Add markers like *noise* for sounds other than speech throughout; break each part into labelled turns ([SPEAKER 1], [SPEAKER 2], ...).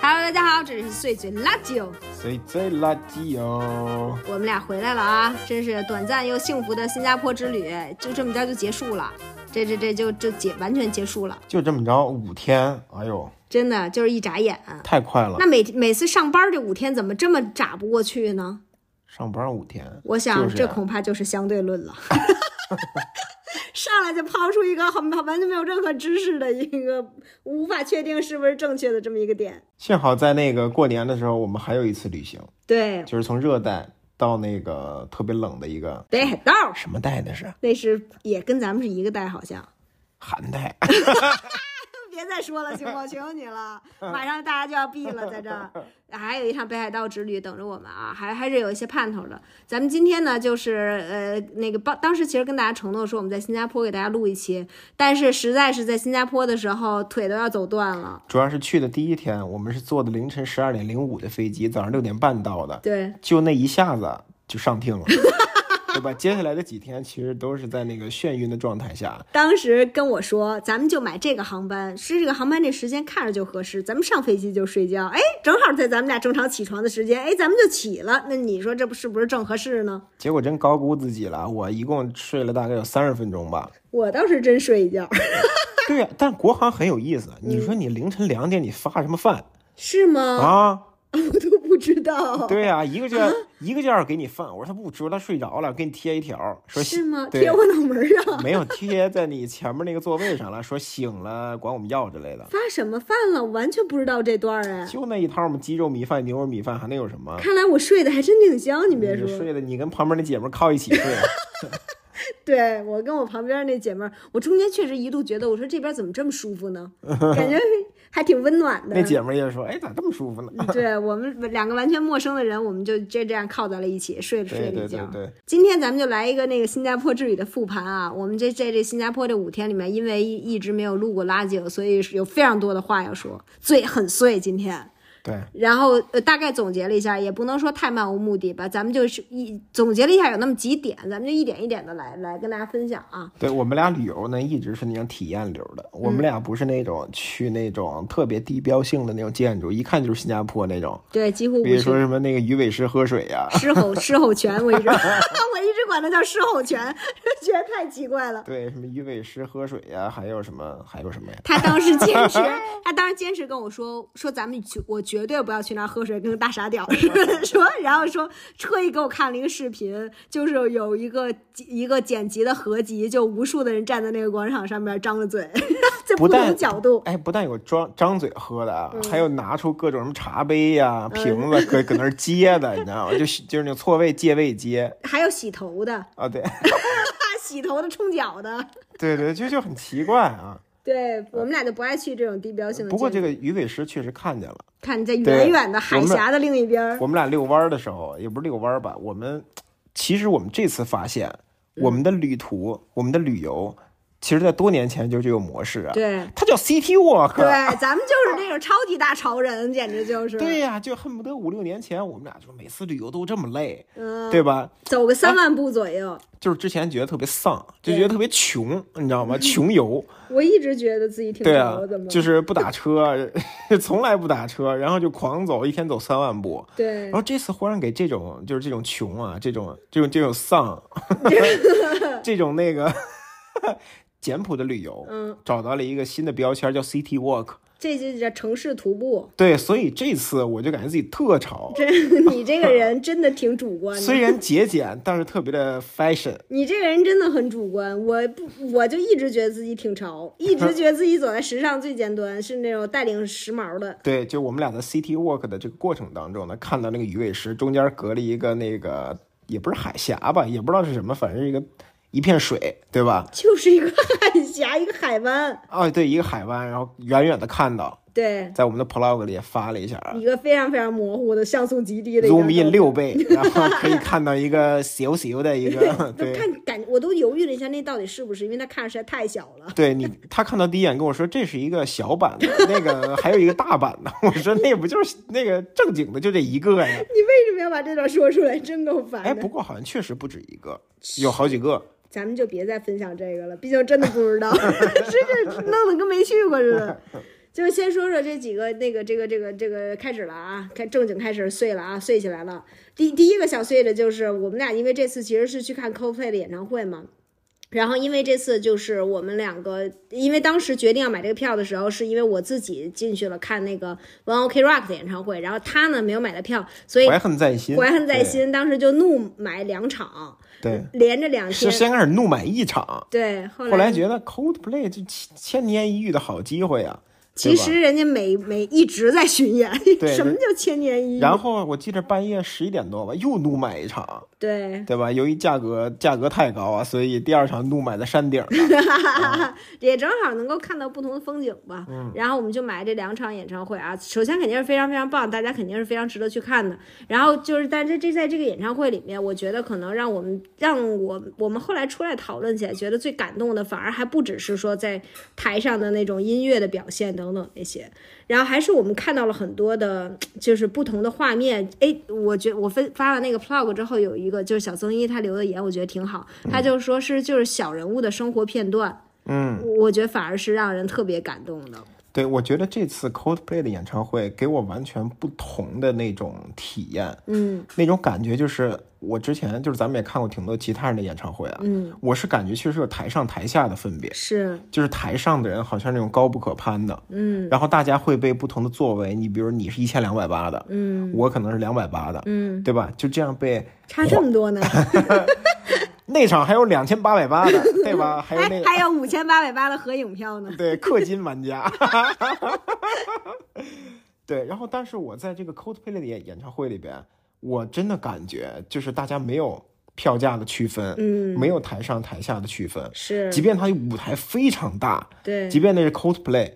[SPEAKER 1] Hello，大家好，这里是碎嘴垃圾哦，
[SPEAKER 2] 谁最垃圾哦？
[SPEAKER 1] 我们俩回来了啊，真是短暂又幸福的新加坡之旅，就这么着就结束了，这这这就就结完全结束了，
[SPEAKER 2] 就这么着五天，哎呦，
[SPEAKER 1] 真的就是一眨眼。
[SPEAKER 2] 太快了
[SPEAKER 1] 那！每每次上班这五天怎么这么眨不过去呢？
[SPEAKER 2] 上班五天，
[SPEAKER 1] 我想、
[SPEAKER 2] 就是
[SPEAKER 1] 这
[SPEAKER 2] 啊
[SPEAKER 1] 恐怕就是相对论了。 *laughs* 上来就抛出一个很完全没有任何知识的一个无法确定是不是正确的这么一个点，
[SPEAKER 2] 幸好在那个过年的时候，我们还有一次旅行，
[SPEAKER 1] 对，
[SPEAKER 2] 就是从热带到那个特别冷的一个
[SPEAKER 1] 北海道儿
[SPEAKER 2] 什么带那是
[SPEAKER 1] 那是也跟咱们是一个带，好像。
[SPEAKER 2] 寒带，
[SPEAKER 1] *laughs* 别再说了，行我求你了，马上大家就要毙了，在这儿哎还有一趟北海道之旅等着我们啊，还还是有一些盼头的。咱们今天呢，就是呃那个当当时其实跟大家承诺说我们在新加坡给大家录一期，但是实在是在新加坡的时候腿都要走断了，
[SPEAKER 2] 主要是去的第一天，我们是坐的凌晨十二点零五的飞机，早上六点半到的，
[SPEAKER 1] 对。
[SPEAKER 2] 就那一下子就上听了，对吧？接下来的几天其实都是在那个眩晕的状态下，
[SPEAKER 1] 当时跟我说，咱们就买这个航班，是这个航班这时间看着就合适，咱们上飞机就睡觉，哎，正好在咱们俩正常起床的时间，哎，咱们就起了。那你说这不是不是正合适呢？
[SPEAKER 2] 结果真高估自己了，啊我一共睡了大概有三十分钟吧。
[SPEAKER 1] 我倒是真睡一觉， *laughs*
[SPEAKER 2] 对呀、但国航很有意思。你
[SPEAKER 1] 嗯
[SPEAKER 2] 说你凌晨两点你发什么饭
[SPEAKER 1] 是吗？
[SPEAKER 2] 啊？
[SPEAKER 1] 我都不知道，
[SPEAKER 2] 对呀、一个
[SPEAKER 1] 嗯
[SPEAKER 2] 劲儿一个劲儿给你饭。我说他不吃，他睡着了，给你贴一条，说
[SPEAKER 1] 是吗？
[SPEAKER 2] 对
[SPEAKER 1] 贴，我脑门啊上，
[SPEAKER 2] 没有贴在你前面那个座位上了，说醒了管我们要之类的。
[SPEAKER 1] 发什么饭了？我完全不知道这段儿哎。
[SPEAKER 2] 就那一套嘛，鸡肉米饭、牛肉米饭，还能有什么？
[SPEAKER 1] 看来我睡得还真挺香，你别
[SPEAKER 2] 啊嗯你
[SPEAKER 1] 说，
[SPEAKER 2] 睡的，你跟旁边那姐们儿靠一起睡，啊
[SPEAKER 1] *laughs* 对我跟我旁边那姐妹儿，我中间确实一度觉得，我说这边怎么这么舒服呢？感觉还挺温暖的。
[SPEAKER 2] 那姐们儿也说，哎，咋这么舒服呢？ *laughs*
[SPEAKER 1] 对我们两个完全陌生的人，我们就这这样靠在了一起，睡了睡
[SPEAKER 2] 对
[SPEAKER 1] 了
[SPEAKER 2] 对
[SPEAKER 1] 一觉。
[SPEAKER 2] 对对，
[SPEAKER 1] 今天咱们就来一个那个新加坡之旅的复盘啊。我们这在这新加坡这五天里面，因为一一直没有录过垃圾，所以有非常多的话要说，醉很碎今天。
[SPEAKER 2] 对，
[SPEAKER 1] 然后呃，大概总结了一下，也不能说太漫无目的吧，咱们就是一总结了一下，有那么几点，咱们就一点一点的来来跟大家分享啊。
[SPEAKER 2] 对我们俩旅游呢，一直是那种体验流的。
[SPEAKER 1] 嗯
[SPEAKER 2] 我们俩不是那种去那种特别地标性的那种建筑，一看就是新加坡那种，
[SPEAKER 1] 对，几乎无
[SPEAKER 2] 比如
[SPEAKER 1] 趣
[SPEAKER 2] 说。什么那个鱼尾狮喝水
[SPEAKER 1] *laughs*
[SPEAKER 2] 呀、
[SPEAKER 1] 狮吼狮吼泉，我一直 *laughs* 我一直管它叫狮吼泉， *laughs* 觉得太奇怪了。
[SPEAKER 2] 对，什么鱼尾狮喝水呀、还有什么还有什么呀？
[SPEAKER 1] 他当时坚
[SPEAKER 2] *laughs*
[SPEAKER 1] 持，他当时坚持跟我说说咱们去，我绝对不要去那儿喝水，跟个大傻屌似的。 *laughs* 说，然后说特意给我看了一个视频，就是有一个一个剪辑的合集，就无数的人站在那个广场上面张着嘴， *laughs* 在
[SPEAKER 2] 不
[SPEAKER 1] 不同的
[SPEAKER 2] 但
[SPEAKER 1] 角度。嗯
[SPEAKER 2] 哎，不但有张张嘴喝的啊，还有拿出各种什么茶杯呀、瓶子搁搁那儿接的，你知
[SPEAKER 1] *laughs*
[SPEAKER 2] 道吗？就是就是那种错位借位接
[SPEAKER 1] 还有洗头的，
[SPEAKER 2] 啊，对 *laughs*
[SPEAKER 1] 洗头的、冲脚的，
[SPEAKER 2] 对对，就就很奇怪啊。
[SPEAKER 1] 对我们俩就不爱去这种地标性的建筑。
[SPEAKER 2] 不过这个鱼尾狮确实看见了。
[SPEAKER 1] 看你在远
[SPEAKER 2] 对
[SPEAKER 1] 远的
[SPEAKER 2] 我
[SPEAKER 1] 海
[SPEAKER 2] 们
[SPEAKER 1] 峡的另一边儿，
[SPEAKER 2] 我们俩遛弯儿的时候，也不是遛弯儿吧，我们其实我们这次发现，
[SPEAKER 1] 嗯
[SPEAKER 2] 我们的旅途，我们的旅游，其实在多年前就就有模式啊。
[SPEAKER 1] 对
[SPEAKER 2] 它叫 City
[SPEAKER 1] 对
[SPEAKER 2] Walk。，
[SPEAKER 1] 咱们就是那种超级大潮人，简直就是。
[SPEAKER 2] 啊对呀、就恨不得五六年前，我们俩就每次旅游都这么累，
[SPEAKER 1] 嗯，
[SPEAKER 2] 对吧？
[SPEAKER 1] 走个三万步左右。
[SPEAKER 2] 就是之前觉得特别丧，就
[SPEAKER 1] 对嗯
[SPEAKER 2] 觉得特别穷，你知道吗？
[SPEAKER 1] *laughs*
[SPEAKER 2] 穷游，
[SPEAKER 1] 我一直觉得自己挺
[SPEAKER 2] 对啊
[SPEAKER 1] 牛的嘛，，
[SPEAKER 2] 就是不打车， *laughs* 从来不打车，然后就狂走，一天走三万步。
[SPEAKER 1] 对
[SPEAKER 2] 然后这次忽然给这种就是这种穷啊，这种这种这种丧， *laughs* 这种那个 *laughs* 简朴的旅游，
[SPEAKER 1] 嗯，
[SPEAKER 2] 找到了一个新的标签叫 City Walk。
[SPEAKER 1] 这就叫城市徒步。
[SPEAKER 2] 对，所以这次我就感觉自己特潮，
[SPEAKER 1] 这你这个人真的挺主观的，
[SPEAKER 2] 虽然节俭，但是特别的 fashion。
[SPEAKER 1] 你这个人真的很主观。我不，我就一直觉得自己挺潮，一直觉得自己走在时尚最尖端，是那种带领时髦的。
[SPEAKER 2] 对，就我们俩在 City Walk 的这个过程当中呢，看到那个鱼尾狮中间隔了一个那个也不是海峡吧，也不知道是什么，反正是一个一片水，对吧？
[SPEAKER 1] 就是一个 *laughs* 海峡，一个海湾，
[SPEAKER 2] 啊，对，一个海湾，然后远远的看到，
[SPEAKER 1] 对，
[SPEAKER 2] 在我们的 Plog 里也发了一下啊。
[SPEAKER 1] 一个非常非常模糊的像素极低的一个
[SPEAKER 2] zoom in 六倍，然后可以看到一个小小的一个，
[SPEAKER 1] 都
[SPEAKER 2] 对
[SPEAKER 1] 看感，我都犹豫了一下，那到底是不是？因为它看着实在太小了。 *laughs*
[SPEAKER 2] 对，你他看到第一眼跟我说这是一个小版的，那个还有一个大版的，我说那不就是那个正经的就这一个呀？
[SPEAKER 1] 你为什么要把这段说出来？真够烦的。
[SPEAKER 2] 哎，不过好像确实不止一个，有好几个。
[SPEAKER 1] 咱们就
[SPEAKER 2] *laughs*
[SPEAKER 1] 别再分享这个了，毕竟真的不知道，真是弄得跟没去过似的。就是先说说这几个那个这个这个这个开始了啊，开正经开始碎了啊，碎起来了。第第一个小碎的就是我们俩，因为这次其实是去看 Coldplay 的演唱会嘛。然后，因为这次就是我们两个，因为当时决定要买这个票的时候，是因为我自己进去了看那个 One Ok Rock 的演唱会，然后他呢没有买到票，所以
[SPEAKER 2] 怀恨在心，
[SPEAKER 1] 怀恨在
[SPEAKER 2] 对。
[SPEAKER 1] 心，当时就怒买两场，
[SPEAKER 2] 对，
[SPEAKER 1] 连着两
[SPEAKER 2] 是
[SPEAKER 1] 天，
[SPEAKER 2] 先开始怒买一场，
[SPEAKER 1] 对，后
[SPEAKER 2] 后来觉得 Coldplay 这千千年一遇的好机会啊。对
[SPEAKER 1] 其
[SPEAKER 2] 吧
[SPEAKER 1] 实人家每每一直在巡演，*laughs*
[SPEAKER 2] 对
[SPEAKER 1] 什么叫千年一遇？
[SPEAKER 2] 然后我记得半夜十一点多吧，又怒买一场，
[SPEAKER 1] 对，
[SPEAKER 2] 对吧？由于价格价格太高啊，所以第二场怒买在山顶
[SPEAKER 1] 嗯
[SPEAKER 2] 了。
[SPEAKER 1] 也正好能够看到不同的风景吧。然后我们就买这两场演唱会啊，首先肯定是非常非常棒，大家肯定是非常值得去看的。然后就是，但是这在这个演唱会里面，我觉得可能让我们让我我们后来出来讨论起来，觉得最感动的反而还不只是说在台上的那种音乐的表现等等那些，然后还是我们看到了很多的，就是不同的画面。哎，我觉我分发了那个 plog 之后，有一个就是小曾一他留的言，我觉得挺好，他就说是就是小人物的生活片段。
[SPEAKER 2] 嗯
[SPEAKER 1] 我我觉得反而是让人特别感动的。
[SPEAKER 2] 对，我觉得这次 Coldplay 的演唱会给我完全不同的那种体验，
[SPEAKER 1] 嗯，
[SPEAKER 2] 那种感觉就是我之前就是咱们也看过挺多其他人的演唱会啊，
[SPEAKER 1] 嗯，
[SPEAKER 2] 我是感觉确实有台上台下的分别，
[SPEAKER 1] 是，
[SPEAKER 2] 就是台上的人好像那种高不可攀的，嗯，然后大家会被不同的座位，你比如你是一千两百八的，嗯，我可能是两百八的，嗯，对吧？就这样被
[SPEAKER 1] 差这么多呢，
[SPEAKER 2] 那场还有两千八百八
[SPEAKER 1] *laughs*
[SPEAKER 2] 的，对吧？还有那
[SPEAKER 1] 还
[SPEAKER 2] *laughs* 个
[SPEAKER 1] 哎还有五千八百八的合影票呢。
[SPEAKER 2] 对，氪金玩家。 *laughs* 对，然后但是我在这个 Coldplay 的演演唱会里边，我真的感觉就是大家没有票价的区分，
[SPEAKER 1] 嗯，
[SPEAKER 2] 没有台上台下的区分，
[SPEAKER 1] 是
[SPEAKER 2] 即便它舞台非常大，
[SPEAKER 1] 对
[SPEAKER 2] 即便那是 Coldplay，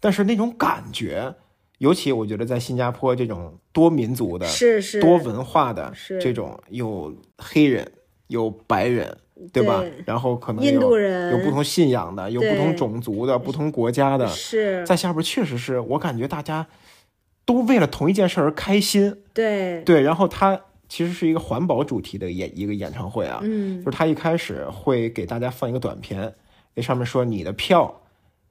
[SPEAKER 2] 但是那种感觉，尤其我觉得在新加坡这种多民族的、
[SPEAKER 1] 是是
[SPEAKER 2] 多文化的
[SPEAKER 1] 是
[SPEAKER 2] 这种，有黑人，有白人。对吧？
[SPEAKER 1] 对
[SPEAKER 2] 然后可能
[SPEAKER 1] 印
[SPEAKER 2] 有
[SPEAKER 1] 度人
[SPEAKER 2] 有不同信仰的，有不
[SPEAKER 1] 对
[SPEAKER 2] 同种族的，不同国家的，
[SPEAKER 1] 是，
[SPEAKER 2] 在下边确实是我感觉大家都为了同一件事而开心。
[SPEAKER 1] 对，
[SPEAKER 2] 对，然后它其实是一个环保主题的演一个演唱会啊，
[SPEAKER 1] 嗯，
[SPEAKER 2] 就是它一开始会给大家放一个短片，那上面说你的票，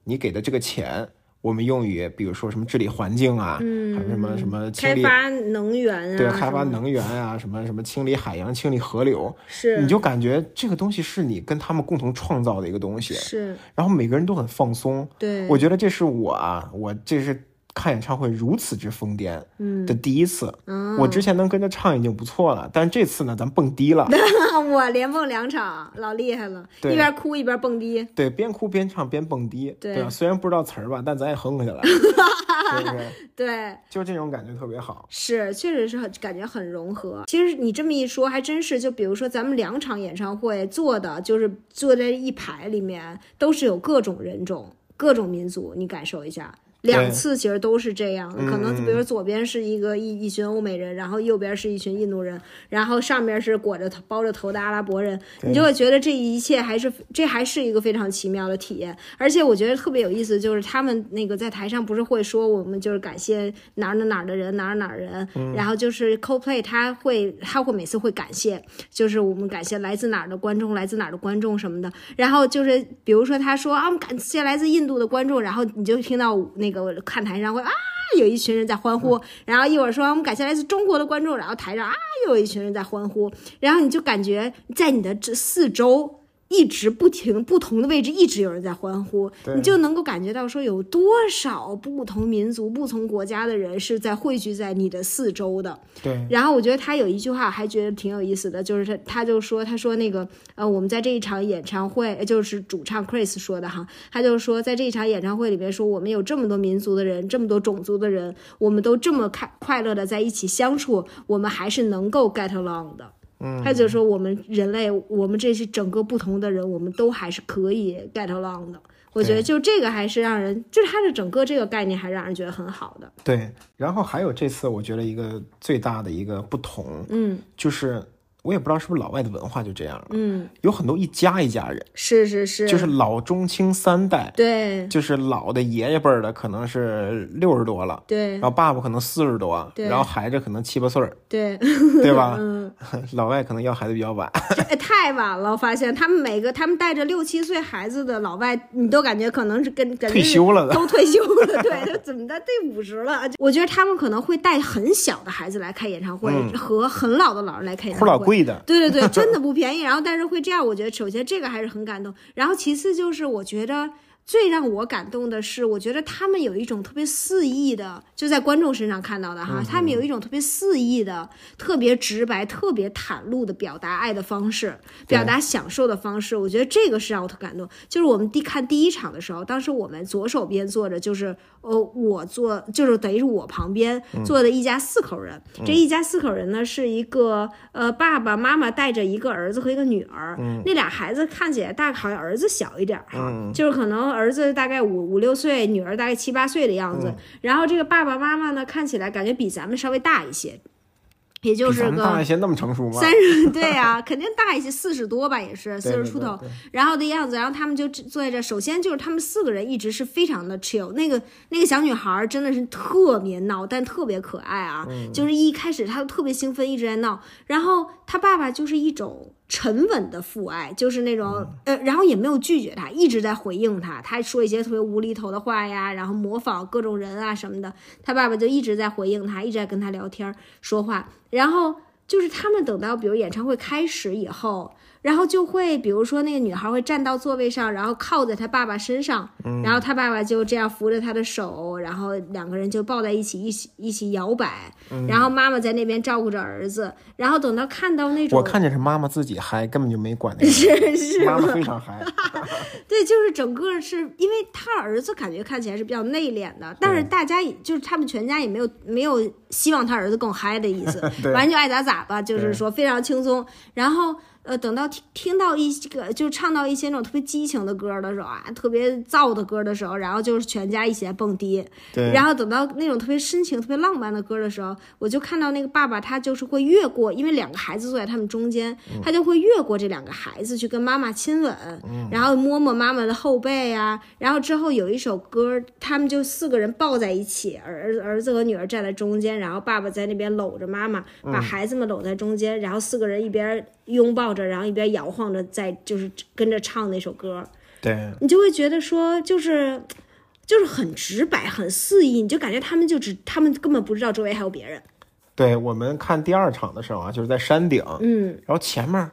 [SPEAKER 2] 你给的这个钱。我们用于，比如说什么治理环境啊，还有什么什么
[SPEAKER 1] 嗯
[SPEAKER 2] 清
[SPEAKER 1] 开
[SPEAKER 2] 理，
[SPEAKER 1] 发能源啊，
[SPEAKER 2] 对，开发
[SPEAKER 1] 什么
[SPEAKER 2] 能源啊，什么什么清理海洋、清理河流，你
[SPEAKER 1] 是
[SPEAKER 2] 就感觉这个东西是你跟他们共同创造的一个东西，
[SPEAKER 1] 是，
[SPEAKER 2] 然后每个人都很放松，
[SPEAKER 1] 对，
[SPEAKER 2] 我觉得这是我啊，我这是看演唱会如此之疯癫的第一次。
[SPEAKER 1] 嗯，
[SPEAKER 2] 我之前能跟着唱已经不错了，但是这次呢，咱蹦迪了
[SPEAKER 1] *laughs* 我连蹦两场，老厉害了，
[SPEAKER 2] 对
[SPEAKER 1] 一边哭一边蹦迪，
[SPEAKER 2] 对，边哭边唱边蹦迪，
[SPEAKER 1] 对
[SPEAKER 2] 对吧？虽然不知道词儿吧，但咱也哼哼下来，对不对？
[SPEAKER 1] 对，
[SPEAKER 2] *laughs* 就这种感觉特别好。
[SPEAKER 1] 是，确实是很感觉很融合。其实你这么一说，还真是。就比如说咱们两场演唱会坐的，就是坐在一排里面，都是有各种人种、各种民族，你感受一下。两
[SPEAKER 2] 对
[SPEAKER 1] 次其实都是这样，可能比如左边是一个一一群欧美人，然后右边是一群印度人，然后上面是裹着头包着头的阿拉伯人，你就会觉得这一切还是这还是一个非常奇妙的体验。而且我觉得特别有意思，就是他们那个在台上不是会说我们就是感谢哪儿哪儿的人哪儿哪儿人，然后就是 CoPlay 他会他会每次会感谢，就是我们感谢来自哪儿的观众，来自哪儿的观众什么的。然后就是比如说他说啊，我们感谢来自印度的观众，然后你就听到那个看台上会啊。有一群人在欢呼，然后一会儿说我们感谢来自中国的观众，然后台上啊又有一群人在欢呼，然后你就感觉在你的这四周一直不停不同的位置一直有人在欢呼，
[SPEAKER 2] 对
[SPEAKER 1] 你就能够感觉到说有多少不同民族、不同国家的人是在汇聚在你的四周的。
[SPEAKER 2] 对，
[SPEAKER 1] 然后我觉得他有一句话还觉得挺有意思的，就是他他就说他说那个呃，我们在这一场演唱会，呃就是主唱 Chris 说的哈，他就说在这一场演唱会里边说，我们有这么多民族的人，这么多种族的人，我们都这么开快乐的在一起相处，我们还是能够 get along 的。嗯，他就说我们人类，我们这些整个不同的人，我们都还是可以 get along 的。我觉得就这个还是让人，就是他的整个这个概念还让人觉得很好的。
[SPEAKER 2] 对。然后还有这次，我觉得一个最大的一个不同，
[SPEAKER 1] 嗯，
[SPEAKER 2] 就是我也不知道是不是老外的文化就这样了，
[SPEAKER 1] 嗯，
[SPEAKER 2] 有很多一家一家人，
[SPEAKER 1] 是是是，
[SPEAKER 2] 就是老中青三代，
[SPEAKER 1] 对
[SPEAKER 2] 就是老的爷爷辈儿的可能是六十多了，
[SPEAKER 1] 对
[SPEAKER 2] 然后爸爸可能四十多，
[SPEAKER 1] 对
[SPEAKER 2] 然后孩子可能七八
[SPEAKER 1] *laughs*
[SPEAKER 2] 岁儿，
[SPEAKER 1] 对，
[SPEAKER 2] 对吧？
[SPEAKER 1] 嗯，
[SPEAKER 2] *laughs* 老外可能要孩子比较晚，
[SPEAKER 1] 这哎太晚了，我发现他们每个他们带着六七岁孩子的老外，你都感觉可能是跟跟
[SPEAKER 2] *laughs* 退休了的
[SPEAKER 1] 都退休了，对，就怎么的，对五十了。我觉得他们可能会带很小的孩子来开演唱会，和很老的老人来开演
[SPEAKER 2] 不
[SPEAKER 1] 唱
[SPEAKER 2] 嗯老
[SPEAKER 1] 会。
[SPEAKER 2] 贵的，
[SPEAKER 1] 对对对，真的不便宜。然后但是会这样，我觉得首先这个还是很感动，然后其次就是我觉得。最让我感动的是，我觉得他们有一种特别肆意的，就在观众身上看到的哈，他们有一种特别肆意的、特别直白、特别袒露的表达爱的方式，表达享受的方式。我觉得这个是让我特感动。就是我们第看第一场的时候，当时我们左手边坐着就是呃，我坐就是等于是我旁边
[SPEAKER 2] 嗯
[SPEAKER 1] 坐的一家四口人，这一家四口人呢是一个呃爸爸妈妈带着一个儿子和一个女儿，
[SPEAKER 2] 嗯
[SPEAKER 1] 那俩孩子看起来大好像儿子小一点儿哈，就是可能儿子大概五五六岁，女儿大概七八岁的样
[SPEAKER 2] 嗯
[SPEAKER 1] 子，然后这个爸爸妈妈呢看起来感觉比咱们稍微大一些，也就
[SPEAKER 2] 比
[SPEAKER 1] 是
[SPEAKER 2] 咱们
[SPEAKER 1] 个
[SPEAKER 2] 大一些那么成熟吗？
[SPEAKER 1] 三十对啊，肯定大一些，四十多吧，也是四
[SPEAKER 2] 对
[SPEAKER 1] 十
[SPEAKER 2] 对
[SPEAKER 1] 出
[SPEAKER 2] 对
[SPEAKER 1] 头
[SPEAKER 2] 对，
[SPEAKER 1] 然后的样子，然后他们就坐在这。首先就是他们四个人一直是非常的 chill，那个那个小女孩儿真的是特别闹，但特别可爱啊，
[SPEAKER 2] 嗯
[SPEAKER 1] 就是一开始她就特别兴奋，一直在闹，然后她爸爸就是一种。沉稳的父爱，就是那种、
[SPEAKER 2] 嗯
[SPEAKER 1] 呃，然后也没有拒绝她，一直在回应她。她说一些特别无厘头的话呀，然后模仿各种人啊什么的。她爸爸就一直在回应她，一直在跟她聊天儿说话。然后就是他们等到比如演唱会开始以后，然后就会比如说那个女孩会站到座位上，然后靠在她爸爸身上，
[SPEAKER 2] 嗯
[SPEAKER 1] 然后她爸爸就这样扶着她的手，然后两个人就抱在一起，一起一起摇摆，
[SPEAKER 2] 嗯
[SPEAKER 1] 然后妈妈在那边照顾着儿子，然后等到看到那种
[SPEAKER 2] 我看见是妈妈自己嗨，根本就没管那个，
[SPEAKER 1] 是是
[SPEAKER 2] 妈妈非
[SPEAKER 1] *laughs*
[SPEAKER 2] 常嗨，，
[SPEAKER 1] 对，就是整个是因为他儿子感觉看起来是比较内敛的，但是大家也就是他们全家也没有没有希望他儿子更嗨的意思
[SPEAKER 2] *laughs* 对
[SPEAKER 1] 完全就爱咋咋吧，就是
[SPEAKER 2] 对
[SPEAKER 1] 说非常轻松。然后呃，等到听听到一这个就唱到一些那种特别激情的歌的时候啊，特别燥的歌的时候，然后就是全家一起来蹦迪。
[SPEAKER 2] 对，
[SPEAKER 1] 然后等到那种特别深情、特别浪漫的歌的时候，我就看到那个爸爸，他就是会越过，因为两个孩子坐在他们中间，他就会越过这两个孩子去跟妈妈亲吻，然后摸摸妈妈的后背啊。然后之后有一首歌，他们就四个人抱在一起，儿儿儿子和女儿站在中间，然后爸爸在那边搂着妈妈，把孩子们搂在中间，然后四个人一边拥抱着，然后一边摇晃着在，就是跟着唱那首歌。
[SPEAKER 2] 对，
[SPEAKER 1] 你就会觉得说，就是就是很直白、很肆意，你就感觉他们就只他们根本不知道周围还有别
[SPEAKER 2] *laughs*
[SPEAKER 1] 人。
[SPEAKER 2] 对我们看第二场的时候啊，就是在山顶，
[SPEAKER 1] 嗯，
[SPEAKER 2] 然后前面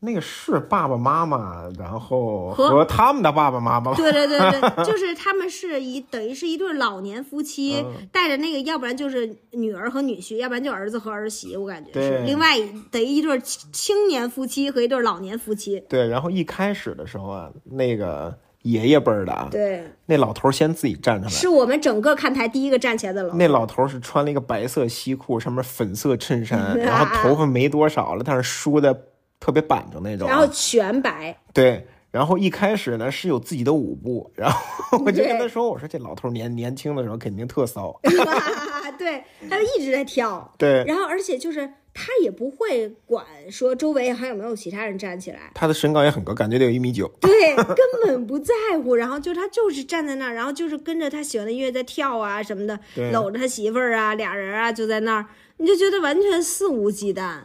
[SPEAKER 2] 那个是爸爸妈妈，然后
[SPEAKER 1] 和
[SPEAKER 2] 和他们的爸爸妈妈 *laughs* 吧，
[SPEAKER 1] 对对对对，就是他们是一等于是一对老年夫妻，
[SPEAKER 2] 嗯
[SPEAKER 1] 带着那个，要不然就是女儿和女婿，要不然就儿子和儿媳，我感觉是
[SPEAKER 2] 对
[SPEAKER 1] 另外一等于一对青青年夫妻和一对老年夫妻。
[SPEAKER 2] 对，然后一开始的时候啊，那个爷爷辈儿的啊，
[SPEAKER 1] 对，
[SPEAKER 2] 那老头儿先自己站上来。
[SPEAKER 1] 是我们整个看台第一个站起来的老
[SPEAKER 2] 那老头儿是穿了一个白色西裤，上面粉色
[SPEAKER 1] *laughs*
[SPEAKER 2] 衬衫，然后头发没多少了，但是梳的特别板正那种啊。
[SPEAKER 1] 然后全白， *laughs*
[SPEAKER 2] 对，然后一开始呢是有自己的舞步，然后我就跟他说：“我说这老头儿年年轻的时候肯定特
[SPEAKER 1] *laughs*
[SPEAKER 2] 骚。
[SPEAKER 1] 啊对，他就一直在跳。”
[SPEAKER 2] *laughs* 对，，
[SPEAKER 1] 然后而且就是他也不会管说周围还有没有其他人站起来
[SPEAKER 2] 他的身高也很高，感觉得有一米九。
[SPEAKER 1] 对，
[SPEAKER 2] *laughs*
[SPEAKER 1] 根本不在乎。然后就他就是站在那儿，然后就是跟着他喜欢的音乐在跳啊什么的
[SPEAKER 2] 对，
[SPEAKER 1] 搂着他媳妇儿啊，俩人啊就在那儿，你就觉得完全肆无忌惮，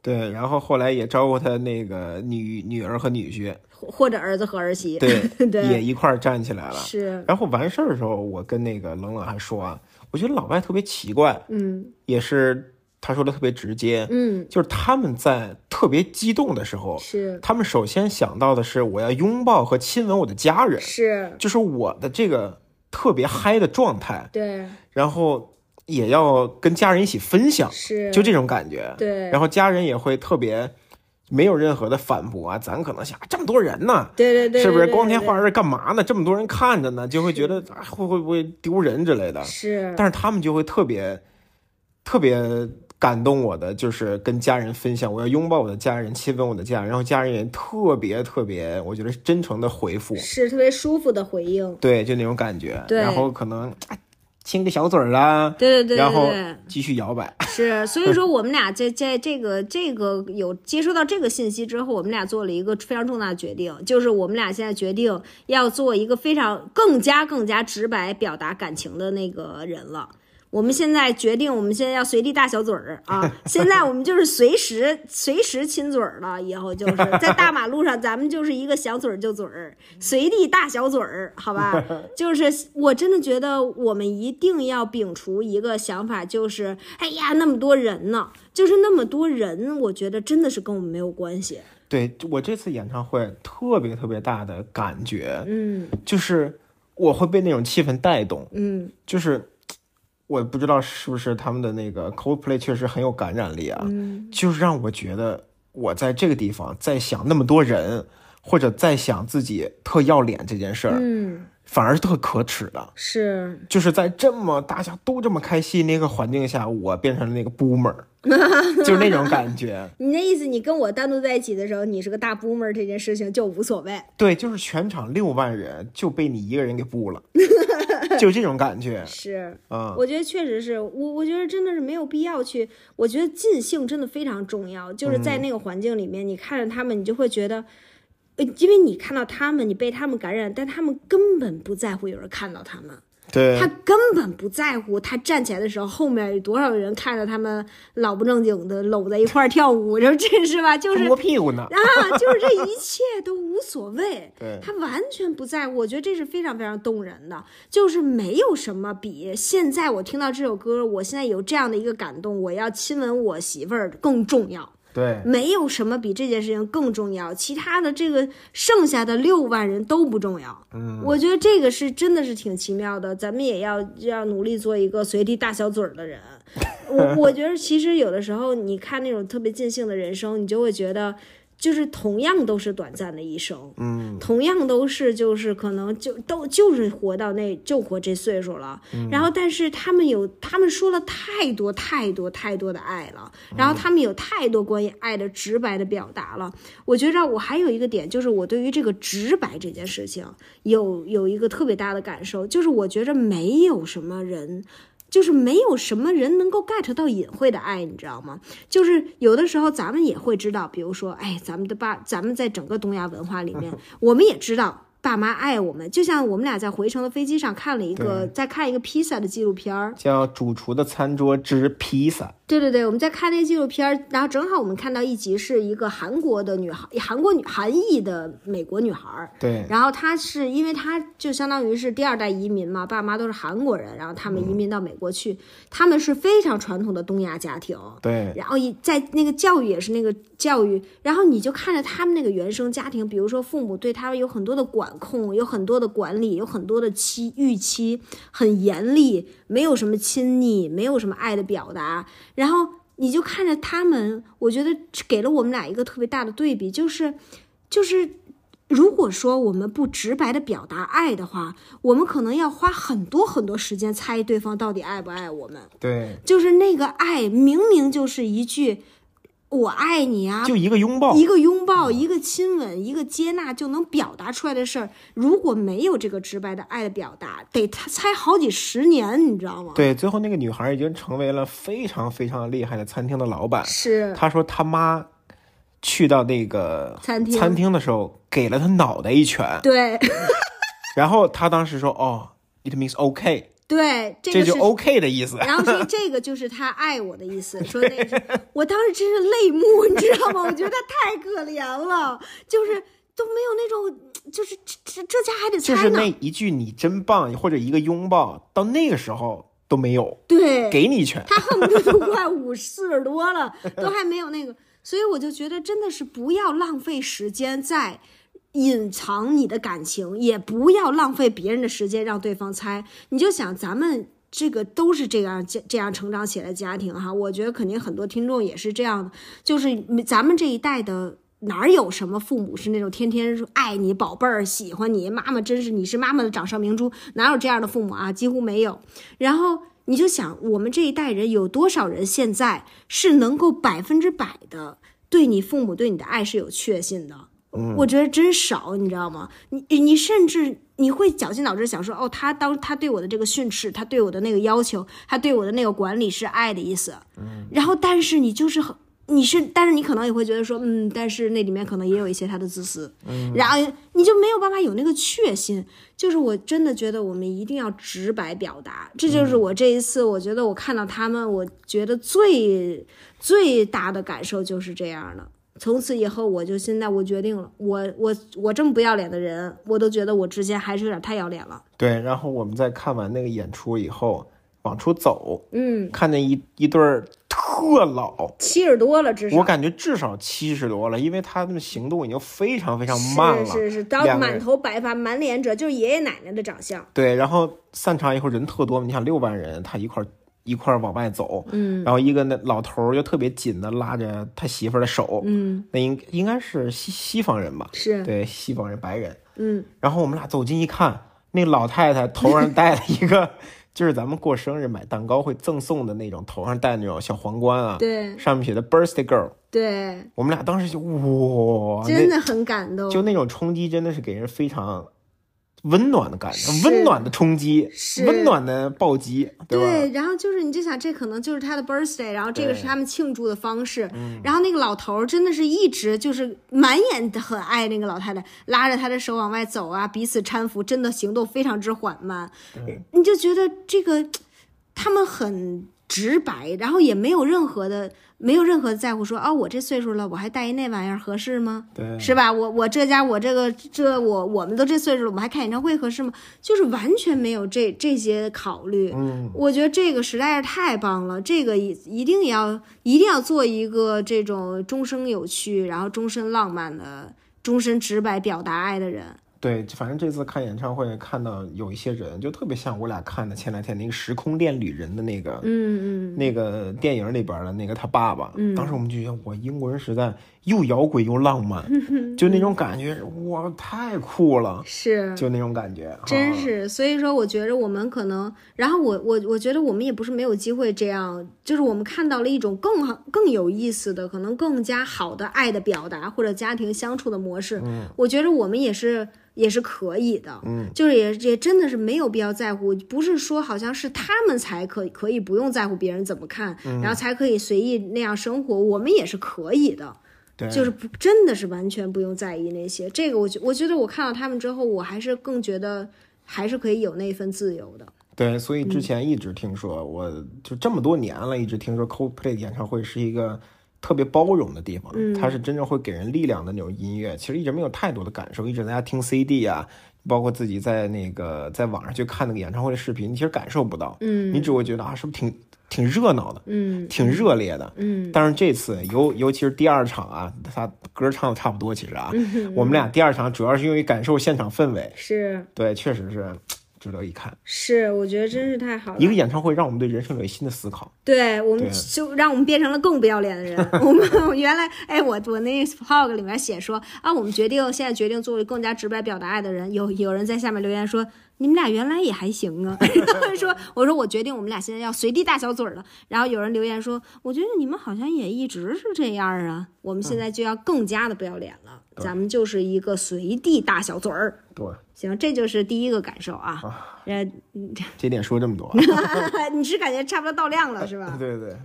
[SPEAKER 2] 对，然后后来也招呼他那个女女儿和女婿，
[SPEAKER 1] 或或者儿子和儿媳，，
[SPEAKER 2] 对
[SPEAKER 1] *laughs* 对
[SPEAKER 2] 也一块儿站起来了。
[SPEAKER 1] 是，
[SPEAKER 2] 然后完事儿的时候，我跟那个冷冷还说啊，我觉得老外特别奇怪，
[SPEAKER 1] 嗯
[SPEAKER 2] 也是他说的特别直接，
[SPEAKER 1] 嗯
[SPEAKER 2] 就是他们在特别激动的时候，
[SPEAKER 1] 是
[SPEAKER 2] 他们首先想到的是我要拥抱和亲吻我的家人，
[SPEAKER 1] 是，
[SPEAKER 2] 就是我的这个特别嗨的状态，
[SPEAKER 1] 对
[SPEAKER 2] 然后也要跟家人一起分享，
[SPEAKER 1] 是，
[SPEAKER 2] 就这种感觉。
[SPEAKER 1] 对
[SPEAKER 2] 然后家人也会特别没有任何的反驳啊，咱可能想这么多人呢。
[SPEAKER 1] 对对对，
[SPEAKER 2] 是不
[SPEAKER 1] 对
[SPEAKER 2] 是光天
[SPEAKER 1] 对
[SPEAKER 2] 化日干嘛呢？这么多人看着呢，就会觉得啊会会不会丢人之类的。
[SPEAKER 1] 是
[SPEAKER 2] 但是他们就会特别特别感动我的，就是跟家人分享，我要拥抱我的家人，亲吻我的家人，然后家人也特别特别，我觉得是真诚的回复，
[SPEAKER 1] 是特别舒服的回应，
[SPEAKER 2] 对，就那种感觉。
[SPEAKER 1] 对
[SPEAKER 2] 然后可能哎亲个小嘴儿啊，
[SPEAKER 1] 对对对
[SPEAKER 2] 然
[SPEAKER 1] 对
[SPEAKER 2] 后
[SPEAKER 1] 对，
[SPEAKER 2] 继续摇摆。 *laughs*
[SPEAKER 1] *laughs* 是，所以说我们俩这这这个这个有接收到这个信息之后，我们俩做了一个非常重大的决定，就是我们俩现在决定要做一个非常更加更加直白表达感情的那个人了。我们现在决定，我们现在要随地大小嘴儿啊！现在我们就是随时随时亲嘴儿了，以后就是在大马路上，咱们就是一个想嘴儿就嘴儿，随地大小嘴儿，好吧？就是我真的觉得我们一定要摒除一个想法，就是哎呀，那么多人呢，就是那么多人，我觉得真的是跟我们没有关系。
[SPEAKER 2] 对我这次演唱会特别特别大的感觉，
[SPEAKER 1] 嗯
[SPEAKER 2] 就是我会被那种气氛带动，
[SPEAKER 1] 嗯
[SPEAKER 2] 就是我不知道是不是他们的那个 Coldplay 确实很有感染力啊，
[SPEAKER 1] 嗯，
[SPEAKER 2] 就是让我觉得我在这个地方在想那么多人，或者在想自己特要脸这件事儿，
[SPEAKER 1] 嗯，
[SPEAKER 2] 反而是特可耻的。
[SPEAKER 1] 是
[SPEAKER 2] 就是在这么大家都这么开心那个环境下，我变成了那
[SPEAKER 1] *laughs*
[SPEAKER 2] 个 boomer，就是那种感觉。
[SPEAKER 1] 你的意思，你跟我单独在一起的时候，你是个大 boomer 这件事情就无所谓。
[SPEAKER 2] 对，就是全场六万人就被你一个人给
[SPEAKER 1] *laughs*
[SPEAKER 2] 布了，就这种感觉
[SPEAKER 1] 是，
[SPEAKER 2] 啊、
[SPEAKER 1] 我觉得确实是我，我觉得真的是没有必要去。我觉得尽兴真的非常重要，就是在那个环境里面，你看着他们，你就会觉得，呃，因为你看到他们，你被他们感染，但他们根本不在乎有人看到他们，
[SPEAKER 2] 对
[SPEAKER 1] 他，根本不在乎他站起来的时候后面有多少人看着他们老不正经的搂在一块儿跳舞，然后这是吧？就是
[SPEAKER 2] 摸屁股呢。，
[SPEAKER 1] 啊，就是这一切都无所谓
[SPEAKER 2] *laughs* 对
[SPEAKER 1] 他完全不在乎，我觉得这是非常非常动人的，就是没有什么比现在我听到这首歌，我现在有这样的一个感动，我要亲吻我媳妇儿更重要，
[SPEAKER 2] 对，
[SPEAKER 1] 没有什么比这件事情更重要，其他的这个剩下的六万人都不重要，嗯，我觉得这个是真的是挺奇妙的，咱们也要要努力做一个随地大小嘴儿的人。我我觉得其实有的时候你看那种特别尽兴的人生，你就会觉得。就是同样都是短暂的一生，嗯，同样都是就是可能就都就是活到那就活这岁数了，然后但是他们有他们说了太多太多太多的爱了，然后他们有太多关于爱的直白的表达了。我觉着我还有一个点就是我对于这个直白这件事情有有一个特别大的感受，就是我觉着没有什么人就是没有什么人能够 get 到隐晦的爱，你知道吗？就是有的时候咱们也会知道，比如说，哎，咱们的爸，咱们在整个东亚文化里面，我们也知道爸妈爱我们，就像我们俩在回程的飞机上看了一个，在看一个披萨的纪录片儿，
[SPEAKER 2] 叫《主厨的餐桌之披萨》。
[SPEAKER 1] 对对对，我们在看那纪录片儿，然后正好我们看到一集是一个韩国的女孩，韩国女韩裔的美国女孩儿，
[SPEAKER 2] 对，
[SPEAKER 1] 然后她是因为她就相当于是第二代移民嘛，爸妈都是韩国人，然后他们移民到美国去，他们是非常传统的东亚家庭。
[SPEAKER 2] 对，
[SPEAKER 1] 然后一在那个教育也是那个教育，然后你就看着他们那个原生家庭，比如说父母对他们有很多的管控，有很多的管理，有很多的期预期，很严厉，没有什么亲昵，没有什么爱的表达，然后你就看着他们，我觉得给了我们俩一个特别大的对比，就是就是。如果说我们不直白的表达爱的话，我们可能要花很多很多时间猜对方到底爱不爱我们。
[SPEAKER 2] 对，
[SPEAKER 1] 就是那个爱，明明就是一句“我爱你”啊，
[SPEAKER 2] 就一个拥抱。
[SPEAKER 1] 一个拥抱，一个亲吻，一个接纳就能表达出来的事儿，如果没有这个直白的爱的表达，得他猜好几十年，你知道吗？
[SPEAKER 2] 对，最后那个女孩已经成为了非常非常厉害的餐厅的老板。
[SPEAKER 1] 是，
[SPEAKER 2] 她说她妈去到那个
[SPEAKER 1] 餐厅
[SPEAKER 2] 餐厅的时候，给了她脑袋一拳，
[SPEAKER 1] 对
[SPEAKER 2] 然后她当时说：“哦，it means OK，
[SPEAKER 1] 对，这
[SPEAKER 2] 这
[SPEAKER 1] 个是
[SPEAKER 2] 就 OK 的意思。”
[SPEAKER 1] 然后说这个就是他爱我的意思，说那
[SPEAKER 2] *laughs*
[SPEAKER 1] 句，我当时真是泪目，你知道吗？我觉得他太可怜了，就是都没有那种，就是这这这家还得
[SPEAKER 2] 就
[SPEAKER 1] 猜
[SPEAKER 2] 是
[SPEAKER 1] 呢
[SPEAKER 2] 那，一句“你真棒”或者一个拥抱，到那个时候都没有，
[SPEAKER 1] 对，
[SPEAKER 2] 给你一拳。
[SPEAKER 1] 他恨不得都快五四十多了，都还没有那个，所以我就觉得真的是不要浪费时间在隐藏你的感情，也不要浪费别人的时间让对方猜。你就想咱们。这个都是这样这这样成长起来的家庭哈，我觉得肯定很多听众也是这样的，就是咱们这一代的哪儿有什么父母是那种天天说爱你宝贝儿喜欢你妈妈真是你是妈妈的掌上明珠，哪有这样的父母啊？几乎没有。然后你就想，我们这一代人有多少人现在是能够百分之百的对你父母对你的爱是有确信的？
[SPEAKER 2] 嗯，
[SPEAKER 1] 我觉得真少，你知道吗？你你甚至你会绞尽脑汁想说，哦，他当他对我的这个训斥，他对我的那个要求，他对我的那个管理是爱的意思。嗯，然后但是你就是很。你是，但是你可能也会觉得说，嗯，但是那里面可能也有一些他的自私，嗯，然后你就没有办法有那个确信。就是我真的觉得我们一定要直白表达，这就是我这一次，我觉得我看到他们，我觉得最最大的感受就是这样的。从此以后，我就现在我决定了，我我我这么不要脸的人，我都觉得我之前还是有点太要脸了。
[SPEAKER 2] 对。然后我们在看完那个演出以后，往出走，
[SPEAKER 1] 嗯，
[SPEAKER 2] 看见一一对儿特老，
[SPEAKER 1] 七十多了，至少
[SPEAKER 2] 我感觉至少七十多了，因为他们行动已经非常非常慢了。
[SPEAKER 1] 是是是，到
[SPEAKER 2] 两个人
[SPEAKER 1] 满头白发、满脸褶，就是爷爷奶奶的长相。
[SPEAKER 2] 对，然后散场以后人特多，你想六万人，他一块儿一块儿往外走，
[SPEAKER 1] 嗯
[SPEAKER 2] 然后一个那老头儿就特别紧的拉着他媳妇儿的手，
[SPEAKER 1] 嗯，
[SPEAKER 2] 那应应该是西西方人吧？
[SPEAKER 1] 是，
[SPEAKER 2] 对，西方人白人。
[SPEAKER 1] 嗯，
[SPEAKER 2] 然后我们俩走近一看，那老太太头上戴了
[SPEAKER 1] *laughs*
[SPEAKER 2] 一个，就是咱们过生日买蛋糕会赠送的那种，头上戴那种小皇冠啊，
[SPEAKER 1] 对
[SPEAKER 2] 上面写的 birthday girl。
[SPEAKER 1] 对，
[SPEAKER 2] 我们俩当时就哇，
[SPEAKER 1] 真
[SPEAKER 2] 啊那
[SPEAKER 1] 的很感动。
[SPEAKER 2] 就那种冲击真的是给人非常温暖的感觉，
[SPEAKER 1] 是
[SPEAKER 2] 温暖的冲击，
[SPEAKER 1] 是
[SPEAKER 2] 温暖的暴击，吧？
[SPEAKER 1] 对，然后就是你就想，这可能就是他的 birthday，然后这个是
[SPEAKER 2] 对嗯
[SPEAKER 1] 他们庆祝的方式。然后那个老头儿真的是一直就是满眼的很爱那个老太太，拉着她的手往外走啊，彼此搀扶，真的行动非常之缓慢。你就觉得这个他们很直白，然后也没有任何的没有任何在乎说啊、我这岁数了，我还带一那玩意儿合适吗？
[SPEAKER 2] 对
[SPEAKER 1] 是吧？我我这家我这个这我我们都这岁数了，我们还开演唱会合适吗？就是完全没有这这些考虑。嗯，我觉得这个实在是太棒了，这个一一定要一定要做一个这种终生有趣，然后终身浪漫的、终身直白表达爱的人。
[SPEAKER 2] 对，反正这次看演唱会看到有一些人，就特别像我俩看的前两天那个《时空恋旅人》的那个、
[SPEAKER 1] 嗯嗯，嗯
[SPEAKER 2] 那个电影里边的那个他爸爸。当时我们就觉得，哇，英国人实在又摇滚又
[SPEAKER 1] *laughs*
[SPEAKER 2] 浪漫，就那种感觉，哇，太酷了，
[SPEAKER 1] 是。
[SPEAKER 2] 就那种感觉，
[SPEAKER 1] 真
[SPEAKER 2] 啊
[SPEAKER 1] 是，所以说我觉着我们可能，然后我我我觉得我们也不是没有机会这样，就是我们看到了一种更好、更有意思的，可能更加好的爱的表达或者家庭相处的模式。嗯、我觉着我们也是也是可以的，嗯，就是也也真的是没有必要在乎，不是说好像是他们才可以可以不用在乎别人怎么看，然后才可以随意那样生活，我们也是可以的。
[SPEAKER 2] 对，
[SPEAKER 1] 就是不真的是完全不用在意那些。这个我觉我觉得我看到他们之后，我还是更觉得还是可以有那份自由的。
[SPEAKER 2] 对，所以
[SPEAKER 1] 嗯
[SPEAKER 2] 之前一直听说，我就这么多年了，一直听说 Coldplay 的演唱会是一个特别包容的地方，
[SPEAKER 1] 嗯
[SPEAKER 2] 它是真正会给人力量的那种音乐。其实一直没有太多的感受，一直在家听 CD 啊，包括自己在那个在网上去看那个演唱会的视频，你其实感受不到，
[SPEAKER 1] 嗯
[SPEAKER 2] 你只会觉得啊，是不是挺挺热闹的，
[SPEAKER 1] 嗯
[SPEAKER 2] 挺热烈的。
[SPEAKER 1] 嗯
[SPEAKER 2] 但是这次尤尤其是第二场啊，他歌唱的差不多，其实啊，
[SPEAKER 1] 嗯
[SPEAKER 2] 我们俩第二场主要是用于感受现场氛围，
[SPEAKER 1] 是
[SPEAKER 2] 对，确实是值得一看。
[SPEAKER 1] 是，我觉得真是太好
[SPEAKER 2] 一
[SPEAKER 1] 了。
[SPEAKER 2] 个演唱会让我们对人生有一新的思考。
[SPEAKER 1] 对我们
[SPEAKER 2] 对啊
[SPEAKER 1] 就让我们变成了更不要脸的
[SPEAKER 2] *laughs*
[SPEAKER 1] 人。我们我原来哎，我我那 vlog 里面写说啊，我们决定现在决定作为更加直白表达爱的人。有有人在下面留言说。你们俩原来也还行
[SPEAKER 2] *laughs*
[SPEAKER 1] 啊， *laughs* 然后说我说我决定我们俩现在要随地大小嘴儿了。然后有人留言说，我觉得你们好像也一直是这样啊，我们现在就要更加的不要脸了，
[SPEAKER 2] 嗯
[SPEAKER 1] 咱们就是一个随地大小嘴儿。
[SPEAKER 2] 对，
[SPEAKER 1] 行，这就是第一个感受啊。呃，
[SPEAKER 2] 这点说这么
[SPEAKER 1] *laughs*
[SPEAKER 2] 多。
[SPEAKER 1] 你是感觉差不多到量了是吧？
[SPEAKER 2] 对
[SPEAKER 1] *laughs*
[SPEAKER 2] 对，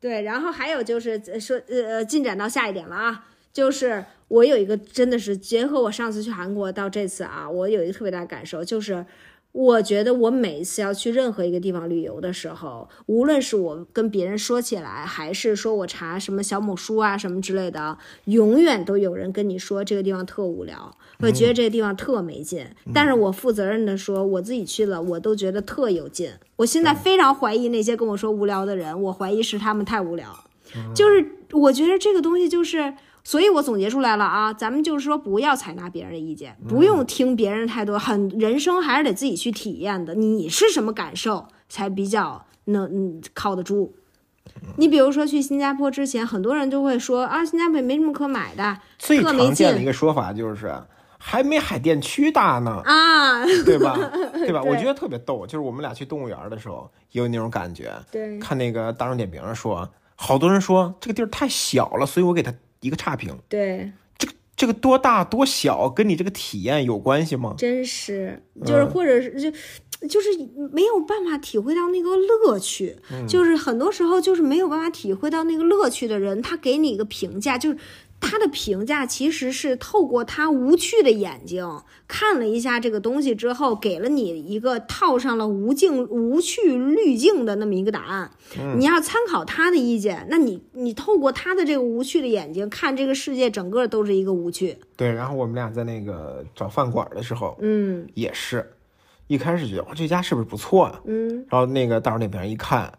[SPEAKER 1] 对，然后还有就是呃说呃进展到下一点了啊，就是我有一个真的是结合我上次去韩国到这次啊，我有一个特别大的感受，就是我觉得我每一次要去任何一个地方旅游的时候，无论是我跟别人说起来，还是说我查什么小某书啊什么之类的啊，永远都有人跟你说这个地方特无聊，我觉得这个地方特没劲。但是我负责任的说，我自己去了，我都觉得特有劲。我现在非常怀疑那些跟我说无聊的人，我怀疑是他们太无聊。就是我觉得这个东西就是，所以我总结出来了啊，咱们就是说不要采纳别人的意见，不
[SPEAKER 2] 嗯
[SPEAKER 1] 用听别人太多，很人生还是得自己去体验的。你是什么感受才比较能嗯靠得住？你比如说去新加坡之前，很多人就会说啊，新加坡也没什么可买的，
[SPEAKER 2] 最
[SPEAKER 1] 特没
[SPEAKER 2] 常见的一
[SPEAKER 1] 劲
[SPEAKER 2] 个说法就是还没海淀区大呢， *laughs*
[SPEAKER 1] 啊。*laughs*
[SPEAKER 2] 对吧？对吧？
[SPEAKER 1] 对
[SPEAKER 2] 我觉得特别逗，就是我们俩去动物园的时候也有那种感觉。
[SPEAKER 1] 对，
[SPEAKER 2] 看那个大众点评上说，好多人说这个地儿太小了，所以我给他一个差评。
[SPEAKER 1] 对，
[SPEAKER 2] 这个这个多大多小跟你这个体验有关系吗？
[SPEAKER 1] 真是，就是或者是就。就是没有办法体会到那个乐趣，就是很多时候就是没有办法体会到那个乐趣的人，他给你一个评价，就是他的评价其实是透过他无趣的眼睛看了一下这个东西之后，给了你一个套上了无境无趣滤镜的那么一个答案。你要参考他的意见，那你你透过他的这个无趣的眼睛看这个世界，整个都是一个无趣。
[SPEAKER 2] 对，然后我们俩在那个找饭馆的时候，
[SPEAKER 1] 嗯
[SPEAKER 2] 也是一开始觉得哇这家是不是不错啊？
[SPEAKER 1] 嗯，
[SPEAKER 2] 然后那个大众点评一看，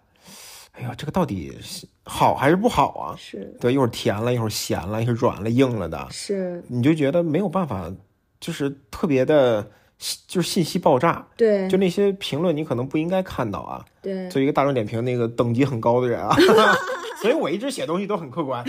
[SPEAKER 2] 哎呀，这个到底是好还是不好啊？
[SPEAKER 1] 是
[SPEAKER 2] 对，一会儿甜了，一会儿咸了，一会儿软了、硬了的，
[SPEAKER 1] 是，
[SPEAKER 2] 你就觉得没有办法，就是特别的，就是信息爆炸。
[SPEAKER 1] 对
[SPEAKER 2] 就那些评论，你可能不应该看到啊。
[SPEAKER 1] 对。
[SPEAKER 2] 作为一个大众点评那个等级很高的人啊， *laughs* 所以我一直写东西都很客观。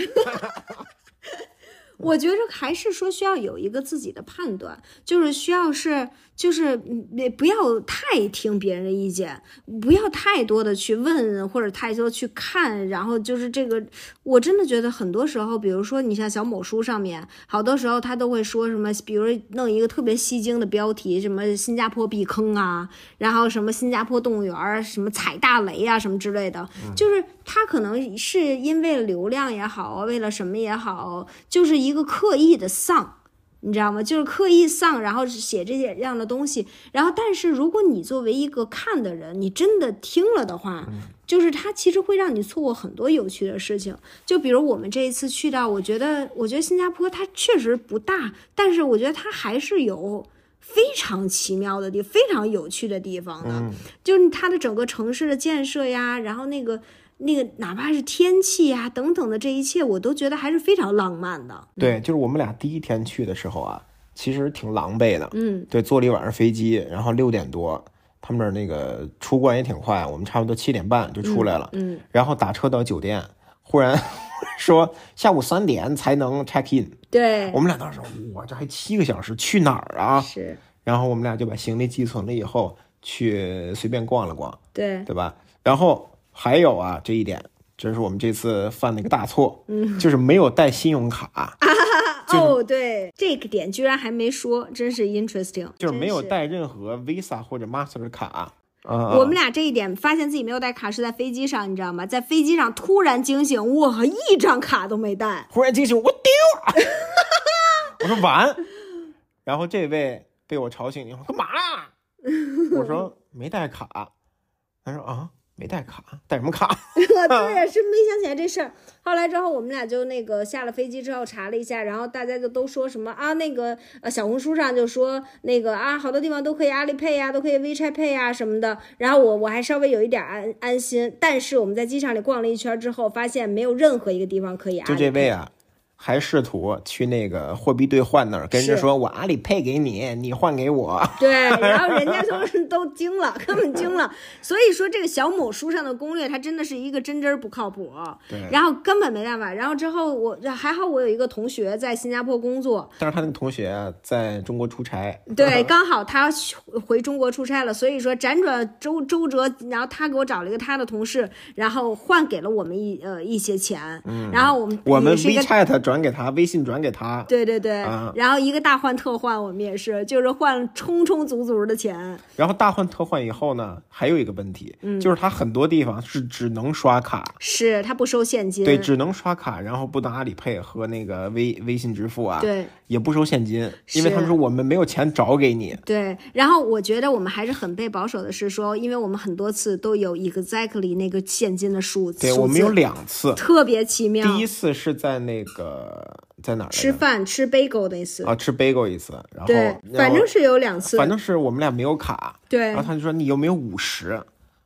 [SPEAKER 1] 我觉着还是说需要有一个自己的判断，就是需要是就是嗯不要太听别人的意见，不要太多的去问或者太多去看，然后就是这个，我真的觉得很多时候，比如说你像小某书上面，好多时候他都会说什么，比如弄一个特别吸睛的标题，什么新加坡避坑啊，然后什么新加坡动物园儿什么踩大雷啊什么之类的，就是他可能是因为流量也好啊，为了什么也好，就是一个刻意的丧。你知道吗？就是刻意丧，然后写这些样的东西。然后，但是如果你作为一个看的人，你真的听了的话，就是它其实会让你错过很多有趣的事情。就比如我们这一次去到，我觉得，我觉得新加坡它确实不大，但是我觉得它还是有非常奇妙的地，非常有趣的地方的。就是它的整个城市的建设呀，然后那个那个哪怕是天气呀等等的这一切，我都觉得还是非常浪漫的。
[SPEAKER 2] 对，就是我们俩第一天去的时候啊，其实挺狼狈的。
[SPEAKER 1] 嗯，
[SPEAKER 2] 对，坐了一晚上飞机，然后六点多，他们那儿那个出关也挺快，我们差不多七点半就出来了。
[SPEAKER 1] 嗯，
[SPEAKER 2] 然后打车到酒店，忽然 *laughs* 说下午三点才能 check in。
[SPEAKER 1] 对，
[SPEAKER 2] 我们俩当时，哇，这还七个小时，去哪儿啊？
[SPEAKER 1] 是，
[SPEAKER 2] 然后我们俩就把行李寄存了以后，去随便逛了逛，
[SPEAKER 1] 对，
[SPEAKER 2] 对吧？然后还有啊，这一点，这是我们这次犯的一个大错，嗯，就是没有带信用卡，
[SPEAKER 1] 哦，对，这个点居然还没说，真是 interesting，
[SPEAKER 2] 就是没有
[SPEAKER 1] 真
[SPEAKER 2] 带任何 Visa 或者 Master 卡。啊、
[SPEAKER 1] 我们俩这一点发现自己没有带卡是在飞机上，你知道吗？在飞机上突然惊醒，我一张卡都没带。 *laughs*
[SPEAKER 2] 忽然惊醒，我丢啊！ *laughs* 我说完，然后这位被我吵醒以后，干嘛呀？
[SPEAKER 1] *laughs*
[SPEAKER 2] 我说没带卡，他说啊，没带卡，带什么卡？
[SPEAKER 1] 对
[SPEAKER 2] 啊
[SPEAKER 1] 呀，是没想起来这事儿。后来之后，我们俩就那个下了飞机之后查了一下，然后大家就都说什么啊，那个呃小红书上就说那个啊，好多地方都可以阿里配呀、都可以 WeChat Pay 啊什么的。然后我我还稍微有一点安安心，但是我们在机场里逛了一圈之后，发现没有任何一个地方可以阿
[SPEAKER 2] 就
[SPEAKER 1] 里。
[SPEAKER 2] 这位啊，还试图去那个货币兑换那儿跟人家
[SPEAKER 1] 是
[SPEAKER 2] 说，我阿里配给你，你换给我。
[SPEAKER 1] *laughs* 对，然后人家都都惊了，根本惊了。所以说这个小某书上的攻略，它真的是一个真真儿不靠谱，
[SPEAKER 2] 对
[SPEAKER 1] 然后根本没办法。然后之后我还好，我有一个同学在新加坡工作，
[SPEAKER 2] 但是他那个同学啊，在中国出差， *laughs*
[SPEAKER 1] 对，刚好他回中国出差了，所以说辗转周周折，然后他给我找了一个他的同事，然后换给了我们一呃一些钱，然后我们
[SPEAKER 2] 嗯我们
[SPEAKER 1] 也是一个
[SPEAKER 2] WeChat 转给他，微信转给他。
[SPEAKER 1] 对对对，
[SPEAKER 2] 啊
[SPEAKER 1] 然后一个大换特换，我们也是就是换充充足足的钱，
[SPEAKER 2] 然后大换特换以后呢，还有一个问题，
[SPEAKER 1] 嗯
[SPEAKER 2] 就是他很多地方是只能刷卡。
[SPEAKER 1] 是他不收现金，
[SPEAKER 2] 对，只能刷卡，然后不能阿里配和那个微微信支付啊，
[SPEAKER 1] 对，
[SPEAKER 2] 也不收现金，因为他们
[SPEAKER 1] 是
[SPEAKER 2] 说我们没有钱找给你。
[SPEAKER 1] 对，然后我觉得我们还是很被保守的是说，因为我们很多次都有 exactly 那个现金的数，
[SPEAKER 2] 对
[SPEAKER 1] 数
[SPEAKER 2] 我们
[SPEAKER 1] 字
[SPEAKER 2] 有两次，
[SPEAKER 1] 特别奇妙。
[SPEAKER 2] 第一次是在那个在哪儿来着
[SPEAKER 1] 吃饭吃 bagel 那次，
[SPEAKER 2] 啊，吃 bagel 一次，然后
[SPEAKER 1] 对，
[SPEAKER 2] 然
[SPEAKER 1] 反
[SPEAKER 2] 后
[SPEAKER 1] 正是有两次，
[SPEAKER 2] 反正啊是我们俩没有卡，
[SPEAKER 1] 对
[SPEAKER 2] 然后。他就说你有没有五十？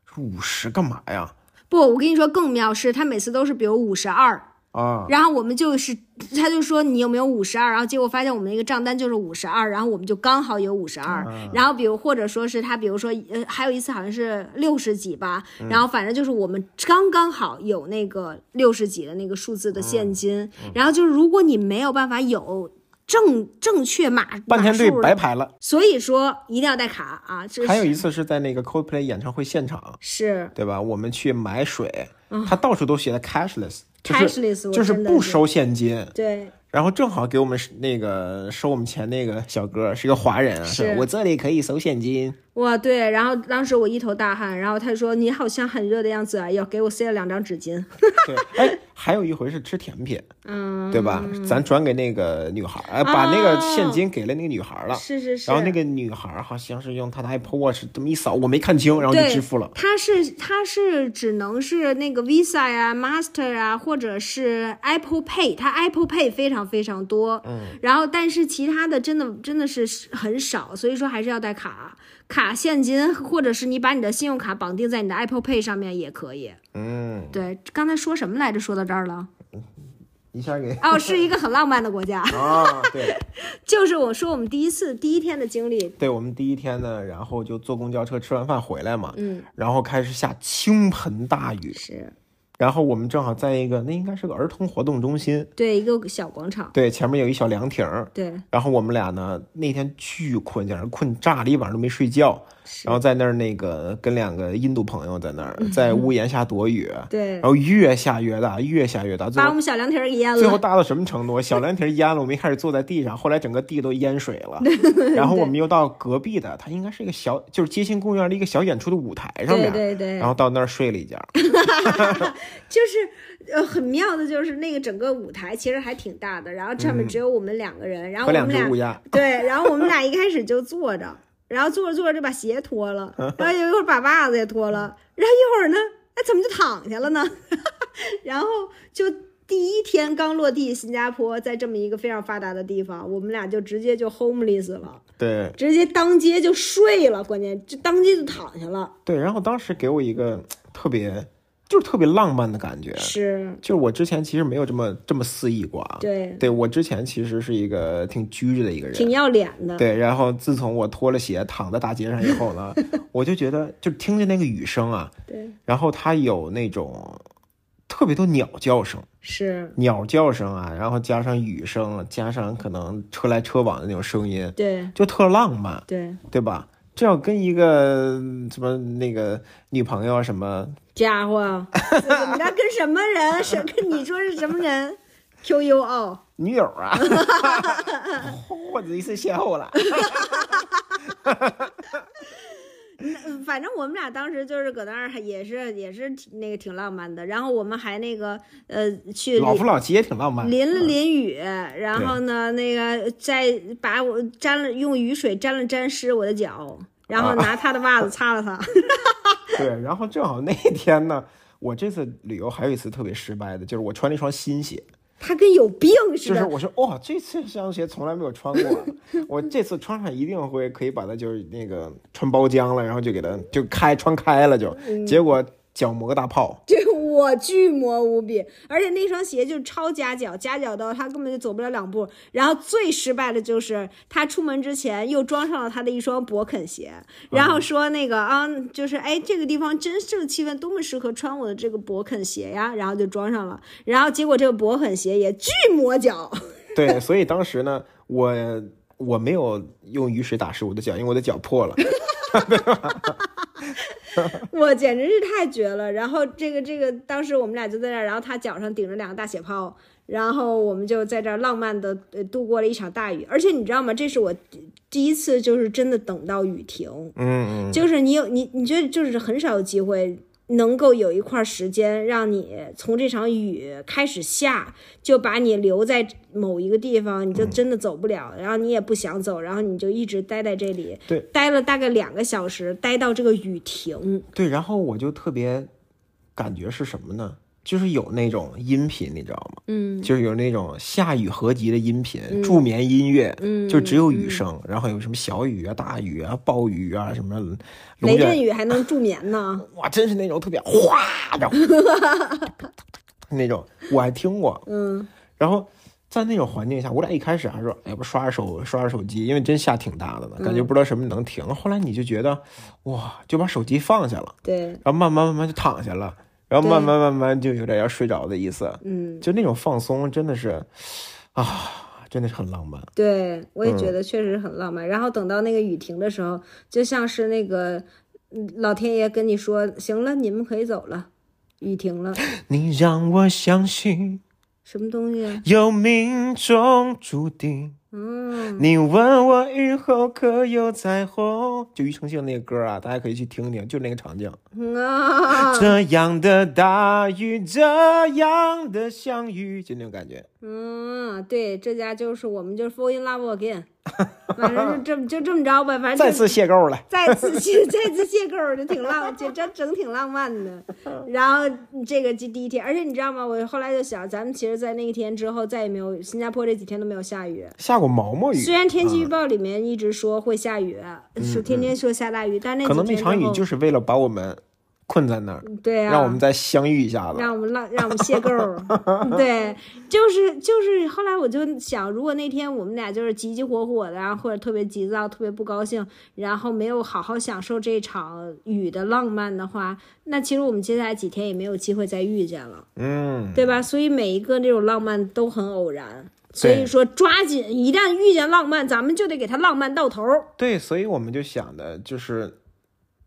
[SPEAKER 2] 说五十干嘛呀？
[SPEAKER 1] 不，我跟你说更妙是，他每次都是比如五十二，
[SPEAKER 2] 啊，
[SPEAKER 1] 然后我们就是， *laughs* 他就说你有没有五十二，然后结果发现我们那个账单就是五十二，然后我们就刚好有五十二，
[SPEAKER 2] 啊
[SPEAKER 1] 然后比如或者说是他，比如说呃，还有一次好像是六十几吧，
[SPEAKER 2] 嗯
[SPEAKER 1] 然后反正就是我们刚刚好有那个六十几的那个数字的现金，
[SPEAKER 2] 嗯
[SPEAKER 1] 然后就是如果你没有办法有正正确码
[SPEAKER 2] 半天队
[SPEAKER 1] 码数
[SPEAKER 2] 白
[SPEAKER 1] 的，
[SPEAKER 2] 排了。
[SPEAKER 1] 所以说一定要带卡啊，这
[SPEAKER 2] 还有
[SPEAKER 1] 是
[SPEAKER 2] 一次是在那个 Coldplay 演唱会现场，
[SPEAKER 1] 是
[SPEAKER 2] 对吧？我们去买水，他到处都写的 cashless，就是
[SPEAKER 1] 嗯 cashless，我
[SPEAKER 2] 就是
[SPEAKER 1] 真的
[SPEAKER 2] 不收现金。
[SPEAKER 1] 对。
[SPEAKER 2] 然后正好给我们是那个收我们钱那个小哥是个华人啊，
[SPEAKER 1] 是
[SPEAKER 2] 我这里可以收现金，
[SPEAKER 1] 哇，对，然后当时我一头大汗，然后他说你好像很热的样子啊，又给我塞了两张纸巾。
[SPEAKER 2] 对，
[SPEAKER 1] *laughs*
[SPEAKER 2] 哎，还有一回是吃甜品，
[SPEAKER 1] 嗯，啊
[SPEAKER 2] 对吧？咱转给那个女孩儿，哎，把那个现金给了那个女孩儿了，
[SPEAKER 1] 是是是。
[SPEAKER 2] 啊然后那个女孩儿好像是用她的 Apple Watch 这么一扫，我没看清，然后就
[SPEAKER 1] 对
[SPEAKER 2] 支付了。
[SPEAKER 1] 它是它是只能是那个 Visa 呀、Master 啊，或者是 Apple Pay，它 Apple Pay 非常非常多。嗯，然后但是其他的真的真的是很少，所以说还是要带卡卡现金，或者是你把你的信用卡绑定在你的 Apple Pay 上面也可以。
[SPEAKER 2] 嗯，
[SPEAKER 1] 对，刚才说什么来着？说到这儿了。
[SPEAKER 2] 一下给
[SPEAKER 1] 哦，是一个很浪漫的国家，
[SPEAKER 2] 啊，对。
[SPEAKER 1] 就是我说我们第一次第一天的经历，
[SPEAKER 2] 对我们第一天呢，然后就坐公交车，吃完饭回来嘛，
[SPEAKER 1] 嗯，
[SPEAKER 2] 然后开始下倾盆大雨，
[SPEAKER 1] 是
[SPEAKER 2] 然后我们正好在一个那应该是个儿童活动中心，
[SPEAKER 1] 对一个小广场，
[SPEAKER 2] 对，前面有一小凉亭儿，
[SPEAKER 1] 对，
[SPEAKER 2] 然后我们俩呢那天巨困，简直困炸了，一晚上都没睡觉，
[SPEAKER 1] 是嗯
[SPEAKER 2] 然，后在那儿那个跟两个印度朋友在那儿在屋檐下躲雨，
[SPEAKER 1] 对
[SPEAKER 2] 然，后越下越大，越下越大，最
[SPEAKER 1] 把我
[SPEAKER 2] 后。
[SPEAKER 1] 们小凉亭儿给淹
[SPEAKER 2] 最后
[SPEAKER 1] 了，
[SPEAKER 2] 大到什么程度？小凉亭淹了，我们一开始坐在地上，后来整个地都淹水
[SPEAKER 1] *laughs*
[SPEAKER 2] 了。然后我们又到隔壁的，它应该是一个小，就是街心公园的一个小演出的舞台上啊
[SPEAKER 1] 对
[SPEAKER 2] 面，
[SPEAKER 1] 对对
[SPEAKER 2] 然，后到那儿睡了一觉。
[SPEAKER 1] 就是呃很妙的，就是那个整个舞台其实还挺大的，然后上面只有我们两个人，然后
[SPEAKER 2] 嗯和
[SPEAKER 1] 我们
[SPEAKER 2] 两
[SPEAKER 1] 俩
[SPEAKER 2] 只乌鸦，
[SPEAKER 1] 对，然后我们俩一开始就坐着，然后坐着坐着就把鞋脱
[SPEAKER 2] *laughs*
[SPEAKER 1] 了，然后有一会儿把袜子也脱了，然后一会儿呢，哎，怎么就躺下了呢？ *laughs* 然后就第一天刚落地新加坡，在这么一个非常发达的地方，我们俩就直接就 homeless 了，
[SPEAKER 2] 对
[SPEAKER 1] 直接当街就睡了，关键就当街就躺下了，
[SPEAKER 2] 对。然后当时给我一个特别，就是特别浪漫的感觉，
[SPEAKER 1] 是，
[SPEAKER 2] 就是我之前其实没有这么这么肆意过啊。
[SPEAKER 1] 对，
[SPEAKER 2] 对我之前其实是一个挺拘着的一个人，
[SPEAKER 1] 挺要脸的，
[SPEAKER 2] 对，然后自从我脱了鞋躺在大街上以后呢，我就觉得就听见那个雨声啊，
[SPEAKER 1] 对，
[SPEAKER 2] 然后它有那种特别多鸟叫声，
[SPEAKER 1] 是，
[SPEAKER 2] 鸟叫声啊，然后加上雨声，加上可能车来车往的那种声音，
[SPEAKER 1] 对，
[SPEAKER 2] 就特浪漫，
[SPEAKER 1] 对，
[SPEAKER 2] 对吧？这要跟一个什么那个女朋友啊什么，
[SPEAKER 1] 家伙，怎么着跟什么
[SPEAKER 2] *laughs*
[SPEAKER 1] 人？是跟你说是什么人？Q U O。
[SPEAKER 2] 女友啊， *laughs* 或者一次邂逅了，
[SPEAKER 1] 嗯反正我们俩当时就是搁那儿还也是也是挺那个挺浪漫的，然后我们还那个呃去
[SPEAKER 2] 老
[SPEAKER 1] 淋
[SPEAKER 2] 夫老妻也嗯挺浪漫，
[SPEAKER 1] 淋了淋雨，然后呢那个再把我沾了用雨水沾了沾湿我的脚，然
[SPEAKER 2] 啊
[SPEAKER 1] 后拿他的袜子擦了擦。 *laughs*
[SPEAKER 2] 对，然后正好那一天呢，我这次旅游还有一次特别失败的，就是我穿了一双新鞋，
[SPEAKER 1] 他跟有病似
[SPEAKER 2] 就是
[SPEAKER 1] 的，
[SPEAKER 2] 我说哇、这次这双鞋从来没有穿过，啊我这次穿上一定会可以把它就是那个穿包浆了，然后就给它就开穿开了就，结果脚磨个大泡，
[SPEAKER 1] 这我巨魔无比，而且那双鞋就超夹脚，夹脚到他根本就走不了两步。然后最失败的就是他出门之前又装上了他的一双勃肯鞋，然后说那个啊，就是哎这个地方真这个气氛多么适合穿我的这个勃肯鞋呀，然后就装上了，然后结果这个勃肯鞋也巨磨脚，
[SPEAKER 2] 对，所以当时呢，我我没有用雨水打湿我的脚，因为我的脚破了，
[SPEAKER 1] 我简直是太绝了。然后这个这个，当时我们俩就在那儿，然后他脚上顶着两个大血泡，然后我们就在这儿浪漫的度过了一场大雨。而且你知道吗？这是我第第一次就是真的等到雨停，
[SPEAKER 2] 嗯嗯，
[SPEAKER 1] 就是你有你你觉得就是很少有机会。能够有一块时间让你从这场雨开始下，就把你留在某一个地方，你就
[SPEAKER 2] 嗯
[SPEAKER 1] 真的走不了，然后你也不想走，然后你就一直待在这里，
[SPEAKER 2] 对
[SPEAKER 1] 待了大概两个小时，待到这个雨停。
[SPEAKER 2] 对，然后我就特别感觉是什么呢？就是有那种音频，你知道吗？
[SPEAKER 1] 嗯，
[SPEAKER 2] 就是有那种下雨合集的音频，助眠音乐，
[SPEAKER 1] 嗯
[SPEAKER 2] 就只有雨声，然后有什么小雨啊、大雨啊、暴雨啊什么龙
[SPEAKER 1] 雷
[SPEAKER 2] 卷
[SPEAKER 1] 阵雨还能助眠呢。
[SPEAKER 2] *laughs* 哇，真是那种特别哗
[SPEAKER 1] *laughs*
[SPEAKER 2] 的那种，我还听过。
[SPEAKER 1] 嗯，
[SPEAKER 2] 然后在那种环境下，我俩一开始还说，哎，不刷刷手刷刷手机，因为真下挺大的呢，感觉
[SPEAKER 1] 嗯
[SPEAKER 2] 不知道什么能停。后来你就觉得，哇，就把手机放下了，
[SPEAKER 1] 对，
[SPEAKER 2] 然后慢慢慢慢就躺下了，然后慢
[SPEAKER 1] 对
[SPEAKER 2] 慢慢慢就有点要睡着的意思，
[SPEAKER 1] 嗯，
[SPEAKER 2] 就那种放松真的是啊，真的是很浪漫。
[SPEAKER 1] 对，我也觉得确实很浪漫。
[SPEAKER 2] 嗯
[SPEAKER 1] 然后等到那个雨停的时候，就像是那个嗯老天爷跟你
[SPEAKER 2] *laughs*
[SPEAKER 1] 说：“行了，你们可以走了，雨停了。
[SPEAKER 2] 你让我相信”，
[SPEAKER 1] 什么东西啊？
[SPEAKER 2] 有命中注定。
[SPEAKER 1] 嗯，
[SPEAKER 2] 你问我日后可有彩虹？就庾澄庆那个歌啊，大家可以去听听，就那个场景。
[SPEAKER 1] 嗯啊，
[SPEAKER 2] 这样的大雨，这样的相遇，就那种感觉。
[SPEAKER 1] 嗯，对，这家就是我们就是 fall in love again，反正就这么就这么着吧，反正
[SPEAKER 2] 再
[SPEAKER 1] 就
[SPEAKER 2] 次邂逅了，
[SPEAKER 1] 再次邂再次邂逅，就挺浪，就真整挺浪漫的。
[SPEAKER 2] 嗯
[SPEAKER 1] *laughs* 然后这个就第一天，而且你知道吗？我后来就想，咱们其实，在那一天之后，再也没有新加坡这几天都没有下雨。
[SPEAKER 2] 下过毛毛雨，嗯
[SPEAKER 1] 虽然天气预报里面一直说会下雨，说天天说下大雨，但那
[SPEAKER 2] 可能
[SPEAKER 1] 几
[SPEAKER 2] 那
[SPEAKER 1] 天
[SPEAKER 2] 场
[SPEAKER 1] 之
[SPEAKER 2] 雨
[SPEAKER 1] 后
[SPEAKER 2] 就是为了把我们困在那儿，
[SPEAKER 1] 对啊，
[SPEAKER 2] 让我们再相遇一下子。
[SPEAKER 1] 让我们浪，让我们邂
[SPEAKER 2] *laughs*
[SPEAKER 1] 逅。对，就是就是。后来我就想，如果那天我们俩就是急急火火的，然后或者特别急躁、特别不高兴，然后没有好好享受这场雨的浪漫的话，那其实我们接下来几天也没有机会再遇见了，
[SPEAKER 2] 嗯，
[SPEAKER 1] 对吧？所以每一个这种浪漫都很偶然。所以
[SPEAKER 2] 对
[SPEAKER 1] 说，抓紧，一旦遇见浪漫，咱们就得给它浪漫到头儿。
[SPEAKER 2] 对，所以我们就想的就是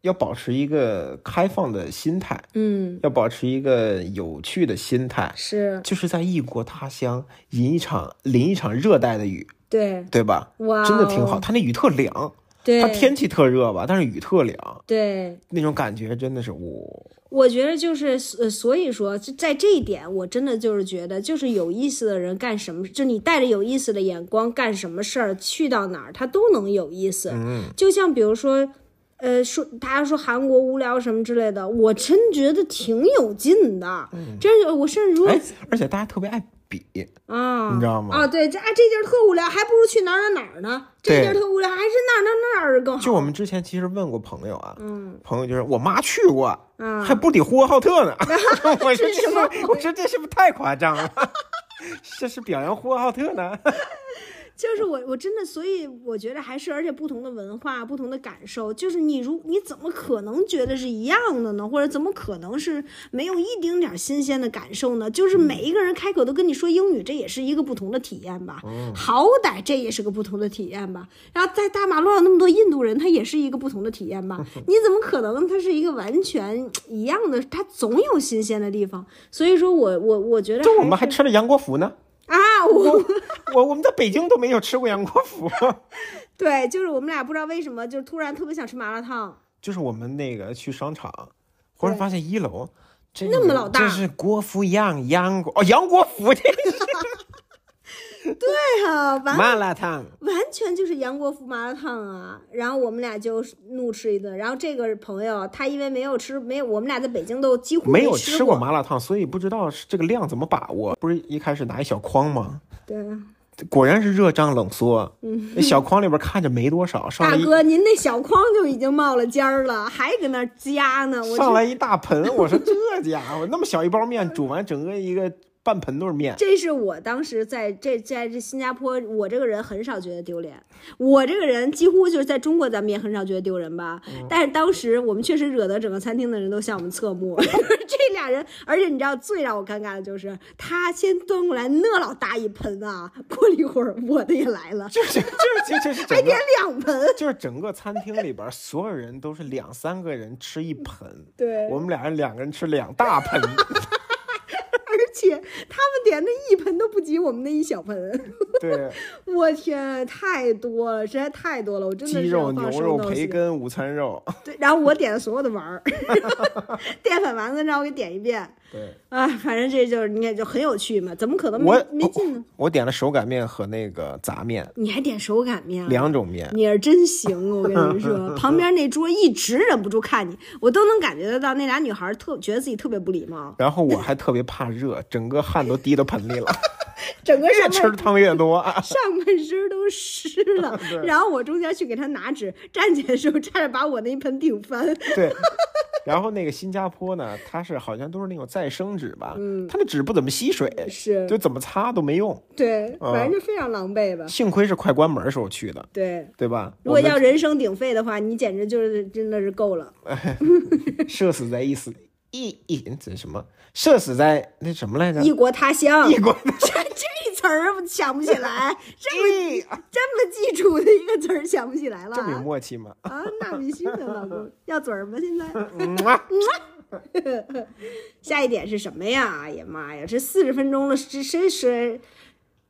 [SPEAKER 2] 要保持一个开放的心态，
[SPEAKER 1] 嗯，
[SPEAKER 2] 要保持一个有趣的心态，
[SPEAKER 1] 是
[SPEAKER 2] 就是在异国他乡饮一场淋一场热带的雨，
[SPEAKER 1] 对，
[SPEAKER 2] 对吧？
[SPEAKER 1] 哇、哦
[SPEAKER 2] 真的挺好，。它那雨特凉，
[SPEAKER 1] 对，
[SPEAKER 2] 它天气特热吧，但是雨特凉，
[SPEAKER 1] 对。
[SPEAKER 2] 那种感觉真的是我。
[SPEAKER 1] 我觉得就是，呃所以说，就在这一点，我真的就是觉得，就是有意思的人干什么，就你带着有意思的眼光干什么事儿，去到哪儿，他都能有意思。
[SPEAKER 2] 嗯，
[SPEAKER 1] 就像比如说，呃，说大家说韩国无聊什么之类的，我真觉得挺有劲的。真是，我甚至如果
[SPEAKER 2] 嗯哎，而且大家特别爱比，
[SPEAKER 1] 啊，
[SPEAKER 2] 你知道吗
[SPEAKER 1] 啊，对，这啊这地儿特无聊，还不如去哪儿哪儿哪儿呢？这
[SPEAKER 2] 对
[SPEAKER 1] 地儿特无聊，还是那儿那儿那儿更好。
[SPEAKER 2] 就我们之前其实问过朋友啊，
[SPEAKER 1] 嗯
[SPEAKER 2] 朋友就是我妈去过，
[SPEAKER 1] 啊，
[SPEAKER 2] 还不抵呼和浩特
[SPEAKER 1] *laughs*
[SPEAKER 2] 呢。我说这是
[SPEAKER 1] 什
[SPEAKER 2] 不
[SPEAKER 1] 么
[SPEAKER 2] 是，我说这是不是太夸张了？ *laughs* 这是表扬呼和浩特呢？
[SPEAKER 1] 就是我，我真的，所以我觉得还是，而且不同的文化、不同的感受，就是你如你怎么可能觉得是一样的呢？或者怎么可能是没有一丁点儿新鲜的感受呢？就是
[SPEAKER 2] 嗯
[SPEAKER 1] 每一个人开口都跟你说英语，这也是一个不同的体验吧。
[SPEAKER 2] 哦
[SPEAKER 1] 好歹这也是个不同的体验吧。然后在大马路上那么多印度人，他也是一个不同的体验吧。
[SPEAKER 2] *laughs*
[SPEAKER 1] 你怎么可能它是一个完全一样的？它总有新鲜的地方。所以说我我我觉得
[SPEAKER 2] 就我们还
[SPEAKER 1] 是
[SPEAKER 2] 吃了杨国福呢，
[SPEAKER 1] 啊，我
[SPEAKER 2] 我我们在北京都没有吃过杨国福。 *laughs*
[SPEAKER 1] 对，就是我们俩不知道为什么，就突然特别想吃麻辣烫。
[SPEAKER 2] 就是我们那个去商场，忽然发现一楼。这
[SPEAKER 1] 那么
[SPEAKER 2] 个
[SPEAKER 1] 老大
[SPEAKER 2] 这是国服样杨国哦，杨国福这个是
[SPEAKER 1] 对呀、完
[SPEAKER 2] 麻辣烫，
[SPEAKER 1] 完全就是杨国福麻辣烫啊！然后我们俩就怒吃一顿。然后这个朋友他因为没有吃，没有我们俩在北京都几乎
[SPEAKER 2] 没有
[SPEAKER 1] 吃
[SPEAKER 2] 吃过麻辣烫，所以不知道是这个量怎么把握。不是一开始拿一小筐吗？
[SPEAKER 1] 对，啊
[SPEAKER 2] 果然是热胀冷缩。那小筐里边看着没多少，
[SPEAKER 1] 嗯
[SPEAKER 2] 上
[SPEAKER 1] 大
[SPEAKER 2] 来一
[SPEAKER 1] 哥您那小筐就已经冒了尖儿了，还搁那儿夹呢，我
[SPEAKER 2] 上
[SPEAKER 1] 就
[SPEAKER 2] 来一大盆，我说 *laughs* 这家伙那么小一包面，煮完整个一个半盆都是面。
[SPEAKER 1] 这是我当时在这在这新加坡，我这个人很少觉得丢脸，我这个人几乎就是在中国咱们也很少觉得丢人吧。
[SPEAKER 2] 嗯
[SPEAKER 1] 但是当时我们确实惹得整个餐厅的人都向我们侧
[SPEAKER 2] *laughs*
[SPEAKER 1] 目，这俩人，而且你知道最让我尴尬的就是他先端过来那老大一盆啊，过了一会儿我的也来了，
[SPEAKER 2] 就是就是就是
[SPEAKER 1] 还
[SPEAKER 2] 整
[SPEAKER 1] 点
[SPEAKER 2] 个
[SPEAKER 1] 两盆，
[SPEAKER 2] 就是整个餐厅里边，所有人都是两三个人吃一盆，
[SPEAKER 1] 对，
[SPEAKER 2] 我们俩人两个人吃两大盆，
[SPEAKER 1] *laughs* 而且他们点那一盆都不及我们那一小盆， *laughs*
[SPEAKER 2] 对，
[SPEAKER 1] 我天，太多了，实在太多了，我真的
[SPEAKER 2] 鸡
[SPEAKER 1] 是
[SPEAKER 2] 肉、
[SPEAKER 1] 要放
[SPEAKER 2] 牛
[SPEAKER 1] show
[SPEAKER 2] 肉、
[SPEAKER 1] notes
[SPEAKER 2] 培
[SPEAKER 1] 里
[SPEAKER 2] 根、午餐肉，
[SPEAKER 1] 对，然后我点的所有的丸儿，淀粉丸子让我给点一遍。
[SPEAKER 2] 对
[SPEAKER 1] 啊，反正这就是你看就很有趣嘛，怎么可能没
[SPEAKER 2] 我
[SPEAKER 1] 没劲呢？
[SPEAKER 2] 我点了手擀面和那个杂面
[SPEAKER 1] 你还点手擀面啊？
[SPEAKER 2] 两种面，
[SPEAKER 1] 你是真行，我跟你
[SPEAKER 2] *laughs*
[SPEAKER 1] 说，旁边那桌一直忍不住看你，我都能感觉得到那俩女孩儿特觉得自己特别不礼貌，
[SPEAKER 2] 然后我还特别怕热，整个汗都滴到盆里了，
[SPEAKER 1] 整个
[SPEAKER 2] *laughs* 越
[SPEAKER 1] 上
[SPEAKER 2] 吃
[SPEAKER 1] 半
[SPEAKER 2] 的汤越多啊。
[SPEAKER 1] *laughs* 上半身都湿
[SPEAKER 2] *laughs*
[SPEAKER 1] 了。然后我中间去给她拿纸，站起来的时候差点把我那一盆顶翻。
[SPEAKER 2] 对，然后那个新加坡呢，它是好像都是那种再生纸吧，
[SPEAKER 1] 嗯
[SPEAKER 2] 它那纸不怎么吸水，
[SPEAKER 1] 是
[SPEAKER 2] 就怎么擦都没用。
[SPEAKER 1] 对，
[SPEAKER 2] 啊
[SPEAKER 1] 反正就非常狼狈吧。
[SPEAKER 2] 幸亏是快关门时候去的，
[SPEAKER 1] 对，
[SPEAKER 2] 对吧？
[SPEAKER 1] 嗯如
[SPEAKER 2] 我
[SPEAKER 1] 果
[SPEAKER 2] 们
[SPEAKER 1] 要人声鼎沸的话，你简直就是真的是够了。
[SPEAKER 2] 哎 *laughs* 射死在一死一一这什么，射死在那什么来着？
[SPEAKER 1] 异国他乡，
[SPEAKER 2] *laughs* 异国
[SPEAKER 1] 这这词儿想不起来， *laughs* 这么
[SPEAKER 2] 异，
[SPEAKER 1] 这么基础的一个词儿想不起来了
[SPEAKER 2] 啊这么有
[SPEAKER 1] 啊！
[SPEAKER 2] 默契吗？
[SPEAKER 1] *laughs* 啊，那必须的，老公要嘴儿吗？现在。
[SPEAKER 2] 嗯啊。
[SPEAKER 1] 下一点是什么呀？哎呀妈呀，这四十分钟了，这真是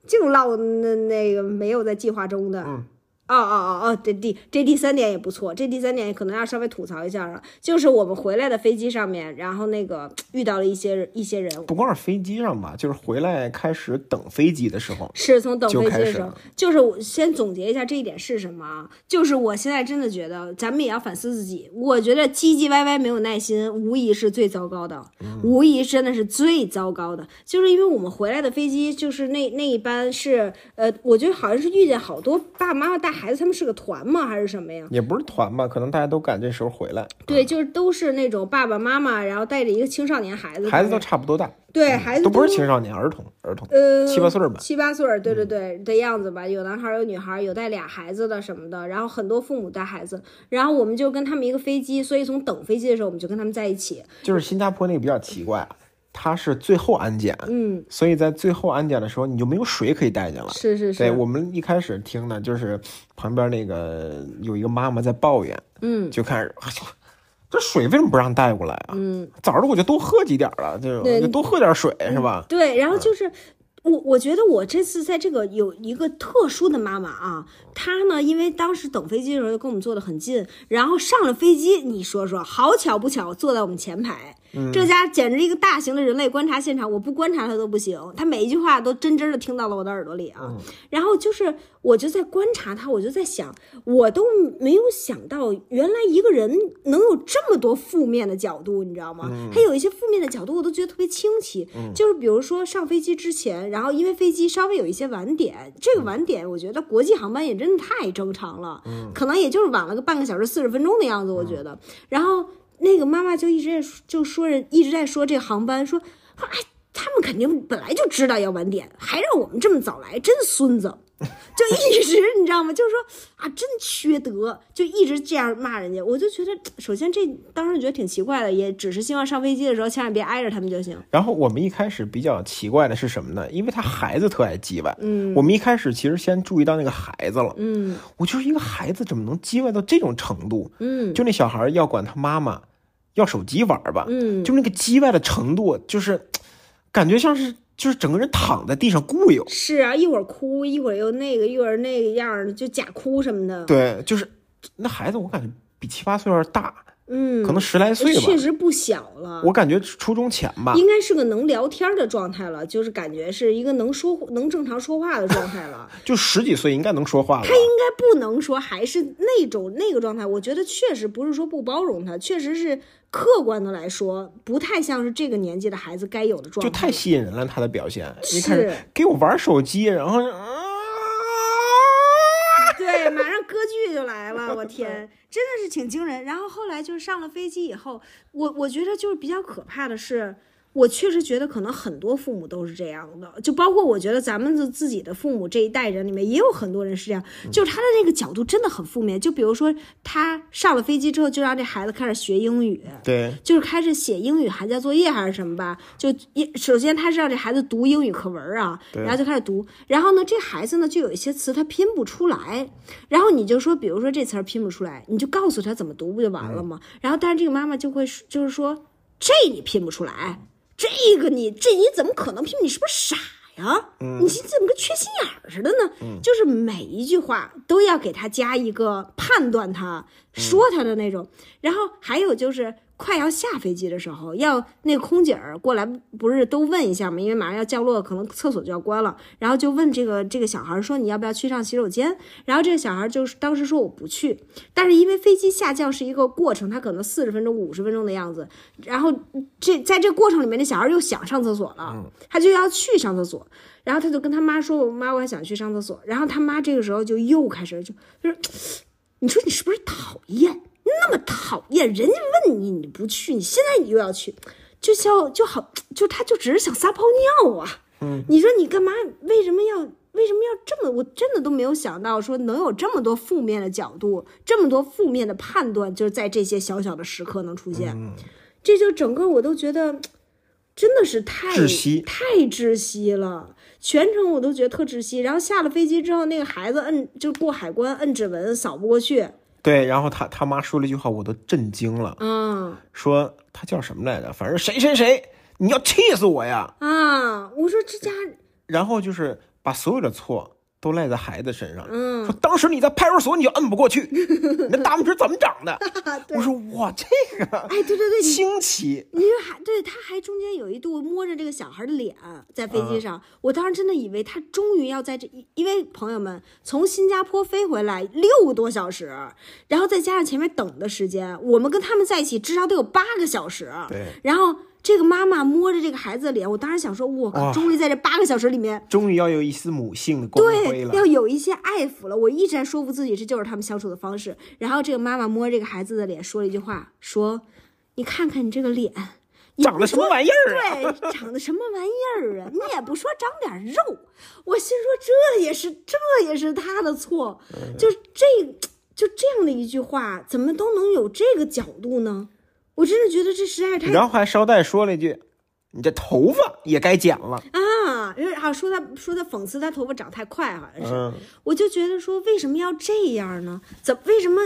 [SPEAKER 1] 净唠那那个没有在计划中的。
[SPEAKER 2] 嗯
[SPEAKER 1] 哦哦哦哦，这第这第三点也不错，这第三点可能要稍微吐槽一下了，就是我们回来的飞机上面，然后那个遇到了一些一些人，
[SPEAKER 2] 不光是飞机上吧，就是回来开始等飞机的时候，
[SPEAKER 1] 是从等
[SPEAKER 2] 就
[SPEAKER 1] 飞机
[SPEAKER 2] 开
[SPEAKER 1] 的
[SPEAKER 2] 始
[SPEAKER 1] 时候
[SPEAKER 2] 了，
[SPEAKER 1] 就是我先总结一下这一点是什么啊？就是我现在真的觉得咱们也要反思自己。我觉得唧唧歪歪没有耐心，无疑是最糟糕的，
[SPEAKER 2] 嗯
[SPEAKER 1] 无疑真的是最糟糕的。就是因为我们回来的飞机，就是那那一班是呃，我觉得好像是遇见好多爸爸妈妈带孩子，他们是个团吗？还是什么呀？
[SPEAKER 2] 也不是团吧，可能大家都赶这时候回来，
[SPEAKER 1] 对，就是都是那种爸爸妈妈，然后带着一个青少年孩子，
[SPEAKER 2] 孩子都差不多大，
[SPEAKER 1] 对孩子
[SPEAKER 2] 都不是青少年，儿童，儿童，
[SPEAKER 1] 呃，
[SPEAKER 2] 七八岁儿吧嗯
[SPEAKER 1] 七八岁儿，对对对的样子吧。有男孩儿，有女孩儿，有带俩孩子的什么的，然后很多父母带孩子，然后我们就跟他们一个飞机，所以从等飞机的时候我们就跟他们在一起。
[SPEAKER 2] 就是新加坡那个比较奇怪，它是最后安检，
[SPEAKER 1] 嗯，
[SPEAKER 2] 所以在最后安检的时候你就没有水可以带进来。
[SPEAKER 1] 是是
[SPEAKER 2] 对
[SPEAKER 1] 是，
[SPEAKER 2] 我们一开始听呢，就是旁边那个有一个妈妈在抱怨，
[SPEAKER 1] 嗯
[SPEAKER 2] 就开始，哎呦，这水为什么不让带过来啊？
[SPEAKER 1] 嗯，
[SPEAKER 2] 早上我就多喝几点儿了，就
[SPEAKER 1] 对嗯
[SPEAKER 2] 就多喝点水是吧？
[SPEAKER 1] 对，然后就是。我我觉得我这次在这个有一个特殊的妈妈啊，她呢，因为当时等飞机的时候就跟我们坐得很近，然后上了飞机，你说说，好巧不巧坐在我们前排，这家简直一个大型的人类观察现场，我不观察她都不行，她每一句话都真真的听到了我的耳朵里啊。然后就是我就在观察她，我就在想，我都没有想到，原来一个人能有这么多负面的角度，你知道吗？他有一些负面的角度，我都觉得特别清奇。就是比如说上飞机之前，然后因为飞机稍微有一些晚点，这个晚点我觉得国际航班也真的太正常了，可能也就是晚了个半个小时、四十分钟的样子，我觉得。然后那个妈妈就一直在说就说人一直在说这个航班说，说哎，他们肯定本来就知道要晚点，还让我们这么早来，真孙子。就一直你知道吗？ *laughs* 就是说啊，真缺德，就一直这样骂人家。我就觉得，首先这当时觉得挺奇怪的，也只是希望上飞机的时候千万别挨着他们就行。
[SPEAKER 2] 然后我们一开始比较奇怪的是什么呢？因为他孩子特爱叽歪，嗯，我们一开始其实先注意到那个孩子了，
[SPEAKER 1] 嗯，
[SPEAKER 2] 我就是一个孩子怎么能叽歪到这种程度？
[SPEAKER 1] 嗯
[SPEAKER 2] 就那小孩要管他妈妈要手机玩吧，
[SPEAKER 1] 嗯，
[SPEAKER 2] 就那个叽歪的程度，就是感觉像是就是整个人躺在地上固有，
[SPEAKER 1] 是啊，一会儿哭，一会儿又那个，一会儿那个样儿，就假哭什么的。
[SPEAKER 2] 对，就是那孩子我感觉比七八岁有点大，
[SPEAKER 1] 嗯，
[SPEAKER 2] 可能十来岁吧，
[SPEAKER 1] 确实不小了。
[SPEAKER 2] 我感觉初中前吧，
[SPEAKER 1] 应该是个能聊天的状态了，就是感觉是一个能说能正常说话的状态了。
[SPEAKER 2] 就十几岁应该能说话了吧。
[SPEAKER 1] 他应该不能说还是那种那个状态，我觉得确实不是说不包容他，确实是客观的来说，不太像是这个年纪的孩子该有的状
[SPEAKER 2] 就
[SPEAKER 1] 态。
[SPEAKER 2] 太吸引人了，他的表现。一
[SPEAKER 1] 是
[SPEAKER 2] 开始给我玩手机，然后啊，
[SPEAKER 1] 对，马上歌剧就来
[SPEAKER 2] *laughs*
[SPEAKER 1] 了，我天，真的是挺惊人。然后后来就是上了飞机以后，我我觉得就是比较可怕的是。我确实觉得，可能很多父母都是这样的，就包括我觉得咱们的自己的父母这一代人里面，也有很多人是这样，
[SPEAKER 2] 嗯
[SPEAKER 1] 就是他的那个角度真的很负面。就比如说，他上了飞机之后，就让这孩子开始学英语，
[SPEAKER 2] 对，
[SPEAKER 1] 就是开始写英语寒假作业还是什么吧，就一首先他是让这孩子读英语课文啊，
[SPEAKER 2] 对
[SPEAKER 1] 然后就开始读，然后呢，这孩子呢就有一些词他拼不出来，然后你就说，比如说这词儿拼不出来，你就告诉他怎么读不就完了吗？然后但是这个妈妈就会说就是说这你拼不出来，这个你这你怎么可能拼？你是不是傻？呀？你怎么跟缺心眼儿似的呢？就是每一句话都要给他加一个判断他，说他的那种。然后还有就是快要下飞机的时候，要那空姐儿过来，不是都问一下吗？因为马上要降落，可能厕所就要关了，然后就问这个这个小孩儿说你要不要去上洗手间？然后这个小孩儿就是当时说我不去，但是因为飞机下降是一个过程，他可能四十分钟、五十分钟的样子，然后这在这过程里面，那小孩儿又想上厕所了，他就要去上厕所，然后他就跟他妈说：“我妈，我还想去上厕所。”然后他妈这个时候就又开始就就是，你说你是不是讨厌？那么讨厌，人家问你你不去，你现在你又要去，就像就好，就他就只是想撒泡尿啊。嗯，你说你干嘛？为什么要为什么要这么？我真的都没有想到说能有这么多负面的角度，这么多负面的判断，就是在这些小小的时刻能出现。这就整个我都觉得真的是太
[SPEAKER 2] 窒息
[SPEAKER 1] 太窒息了。全程我都觉得特窒息，然后下了飞机之后，那个孩子摁就过海关摁指纹扫不过去，
[SPEAKER 2] 对，然后他他妈说了一句话，我都震惊了，
[SPEAKER 1] 嗯
[SPEAKER 2] 说他叫什么来着？反正谁谁谁，你要气死我呀！
[SPEAKER 1] 啊，我说这家，
[SPEAKER 2] 然后就是把所有的错都赖在孩子身上，
[SPEAKER 1] 嗯
[SPEAKER 2] 说当时你在派出所你就摁不
[SPEAKER 1] *laughs*
[SPEAKER 2] 过去，你那大拇指怎么长的？
[SPEAKER 1] 啊， *laughs* 对
[SPEAKER 2] 我，说哇，这
[SPEAKER 1] *laughs*
[SPEAKER 2] 个
[SPEAKER 1] 哎，对对对，你
[SPEAKER 2] 新奇，
[SPEAKER 1] 你说还对，他还中间有一度摸着这个小孩的脸在飞
[SPEAKER 2] 嗯
[SPEAKER 1] 机上，我当时真的以为他终于要在这，因为朋友们从新加坡飞回来六个多小时，然后再加上前面等的时间，我们跟他们在一起至少得有八个小时。
[SPEAKER 2] 对，
[SPEAKER 1] 然后这个妈妈摸着这个孩子的脸，我当时想说，我靠，
[SPEAKER 2] 哇
[SPEAKER 1] 终于在这八个小时里面。
[SPEAKER 2] 终于要有一丝母性的光辉
[SPEAKER 1] 对，
[SPEAKER 2] 了。
[SPEAKER 1] 要有一些爱抚了。我一直在说服自己，这就是他们相处的方式。然后这个妈妈摸着这个孩子的脸，说了一句话，说：“你看看你这个脸，也
[SPEAKER 2] 长
[SPEAKER 1] 不
[SPEAKER 2] 得什么玩意儿啊？
[SPEAKER 1] 对，长得什么玩意儿啊？你也不说长点肉，我心说这也是这也是他的错，就是这就这样的一句话，怎么都能有这个角度呢？我真的觉得这实在是太
[SPEAKER 2] 然后还捎带说了一句：“你这头发也该剪了。
[SPEAKER 1] 啊，然后啊说他说他讽刺他头发长太快，好”像是，
[SPEAKER 2] 嗯，
[SPEAKER 1] 我就觉得说为什么要这样呢？怎为什么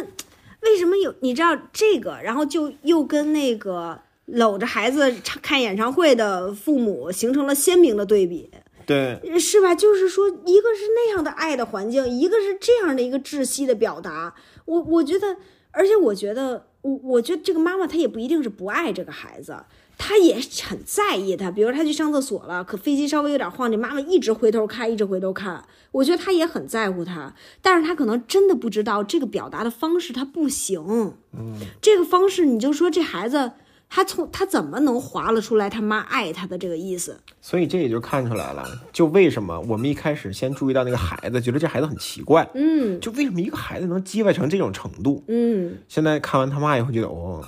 [SPEAKER 1] 为什么有你知道这个，然后就又跟那个搂着孩子唱看演唱会的父母形成了鲜明的 *laughs* 对比。
[SPEAKER 2] 对，
[SPEAKER 1] 是吧？就是说，一个是那样的爱的环境，一个是这样的一个窒息的表达。我我觉得，而且我觉得，我我觉得这个妈妈她也不一定是不爱这个孩子，她也很在意他。比如她去上厕所了，可飞机稍微有点晃，这妈妈一直回头看，一直回头看。我觉得她也很在乎他，但是她可能真的不知道这个表达的方式她不行。嗯，这个方式你就说这孩子。他从他怎么能划了出来他妈爱他的这个意思？
[SPEAKER 2] 所以这也就看出来了，就为什么我们一开始先注意到那个孩子，觉得这孩子很奇怪，
[SPEAKER 1] 嗯
[SPEAKER 2] 就为什么一个孩子能叽歪成这种程度？
[SPEAKER 1] 嗯，
[SPEAKER 2] 现在看完他妈以后，觉得哦，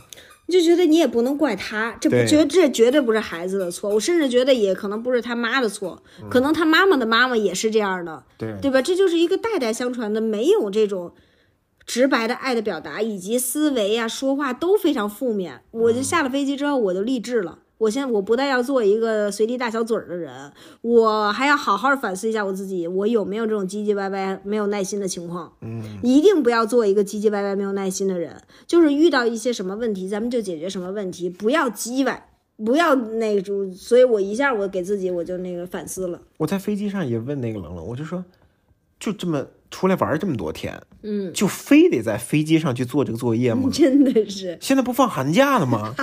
[SPEAKER 1] 你就觉得你也不能怪他，这不
[SPEAKER 2] 对
[SPEAKER 1] 绝这绝对不是孩子的错，我甚至觉得也可能不是他妈的错，可能他妈妈的妈妈也是这样的，
[SPEAKER 2] 对
[SPEAKER 1] 对吧？这就是一个代代相传的，没有这种直白的爱的表达，以及思维呀、说话都非常负面。我就下了飞机之后，我就励志了。我现在我不但要做一个随地大小嘴儿的人，我还要好好地反思一下我自己，我有没有这种唧唧歪歪、没有耐心的情况。嗯，一定不要做一个唧唧歪歪、没有耐心的人。就是遇到一些什么问题，咱们就解决什么问题，不要唧歪，不要那种。所以我一下我给自己我就那个反思了。 *laughs*
[SPEAKER 2] 我在飞机上也问那个冷冷，我就说，就这么出来玩这么多天，
[SPEAKER 1] 嗯，
[SPEAKER 2] 就非得在飞机上去做这个作业吗？
[SPEAKER 1] 真的是，
[SPEAKER 2] 现在不放寒假了
[SPEAKER 1] *laughs*
[SPEAKER 2] 吗？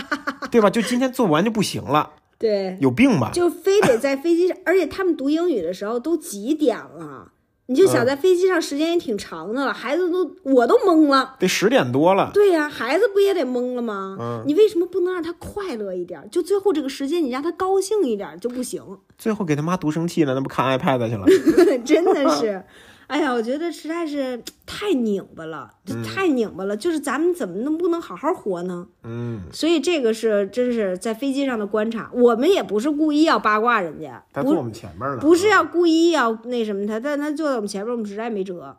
[SPEAKER 2] 对吧？就今天做完就不行了，
[SPEAKER 1] 对，
[SPEAKER 2] 有病吧？
[SPEAKER 1] 就非得在飞机上，而且他们读英语的时候都几点了？你就
[SPEAKER 2] 嗯
[SPEAKER 1] 想在飞机上时间也挺长的了，孩子都我都懵了。
[SPEAKER 2] 得十点多了。
[SPEAKER 1] 对呀、孩子不也得懵了吗？
[SPEAKER 2] 嗯
[SPEAKER 1] 你为什么不能让他快乐一点儿？就最后这个时间，你让他高兴一点儿就不行， *laughs*
[SPEAKER 2] 最后给他妈读生气了，那不看 iPad 去了？
[SPEAKER 1] 真
[SPEAKER 2] *laughs*
[SPEAKER 1] 的是。哎呀，我觉得实在是太拧巴了，就太拧巴了。就是咱们怎么能不能好好活呢？
[SPEAKER 2] 嗯，
[SPEAKER 1] 所以这个是真是在飞机上的观察，我们也不是故意要八卦人家，
[SPEAKER 2] 他
[SPEAKER 1] 不
[SPEAKER 2] 坐我们前面了，
[SPEAKER 1] 不是要故意要那什么他，但他坐在我们前面，我们实在没辙。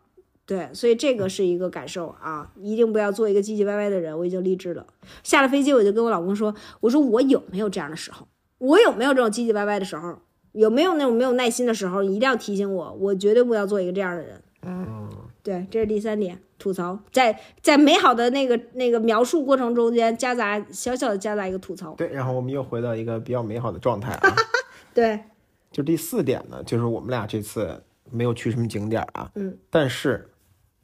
[SPEAKER 1] 对，所以这个是一个感受啊，一定不要做一个唧唧歪歪的人。我已经励志了，下了飞机我就跟我老公说，我说我有没有这样的时候，我有没有这种唧唧歪歪的时候，有没有那种没有耐心的时候，你一定要提醒我，我绝对不要做一个这样的人。
[SPEAKER 2] 哦
[SPEAKER 1] 嗯，对，这是第三点吐槽，在在美好的那个那个描述过程中间夹杂小小的夹杂一个吐槽。
[SPEAKER 2] 对，然后我们又回到一个比较美好的状态啊。
[SPEAKER 1] 对，
[SPEAKER 2] 就第四点呢，就是我们俩这次没有去什么景点儿啊，
[SPEAKER 1] 嗯，
[SPEAKER 2] 但是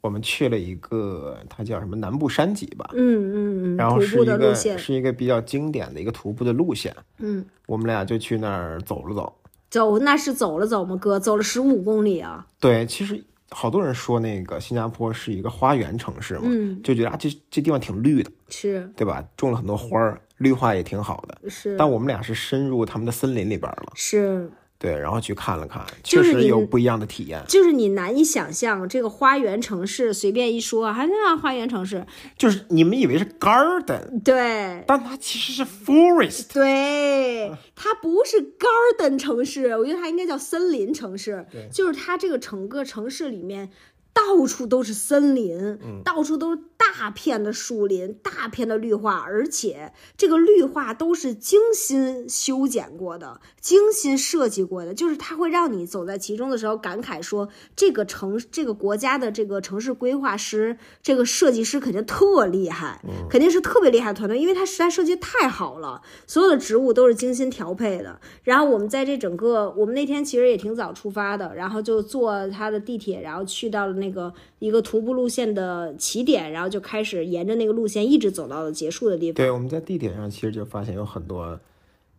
[SPEAKER 2] 我们去了一个，它叫什么南部山脊吧，
[SPEAKER 1] 嗯嗯嗯，
[SPEAKER 2] 然后
[SPEAKER 1] 徒
[SPEAKER 2] 是
[SPEAKER 1] 步
[SPEAKER 2] 一
[SPEAKER 1] 的路
[SPEAKER 2] 个
[SPEAKER 1] 线，
[SPEAKER 2] 是一个比较经典的一个徒步的路线，
[SPEAKER 1] 嗯。
[SPEAKER 2] 我们俩就去那儿走了走。
[SPEAKER 1] 走那是走了走吗？哥，走了十五公里啊！
[SPEAKER 2] 对，其实好多人说那个新加坡是一个花园城市嘛，
[SPEAKER 1] 嗯，
[SPEAKER 2] 就觉得啊这这地方挺绿的，
[SPEAKER 1] 是
[SPEAKER 2] 对吧？种了很多花儿，绿化也挺好的。
[SPEAKER 1] 是
[SPEAKER 2] 但我们俩是深入他们的森林里边儿了，
[SPEAKER 1] 是，
[SPEAKER 2] 对，然后去看了看，
[SPEAKER 1] 就
[SPEAKER 2] 确
[SPEAKER 1] 是
[SPEAKER 2] 实
[SPEAKER 1] 你
[SPEAKER 2] 有不一样的体验。
[SPEAKER 1] 就是你难以想象这个花园城市，随便一说还那样花园城市，
[SPEAKER 2] 就是你们以为是 garden，
[SPEAKER 1] 对
[SPEAKER 2] 但它其实是 forest。
[SPEAKER 1] 对，它不是 garden 城市，我觉得它应该叫森林城市
[SPEAKER 2] 对，
[SPEAKER 1] 就是它这个整个城市里面。到处都是森林，到处都是大片的树林、大片的绿化，而且这个绿化都是精心修剪过的、精心设计过的，就是它会让你走在其中的时候感慨说，这个城、这个国家的这个城市规划师、这个设计师肯定特厉害，肯定是特别厉害的团队，因为他实在设计太好了，所有的植物都是精心调配的。然后我们在这整个，我们那天其实也挺早出发的，然后就坐他的地铁，然后去到了那个一个徒步路线的起点，然后就开始沿着那个路线一直走到了结束的地方。
[SPEAKER 2] 对，我们在地铁上其实就发现有很多，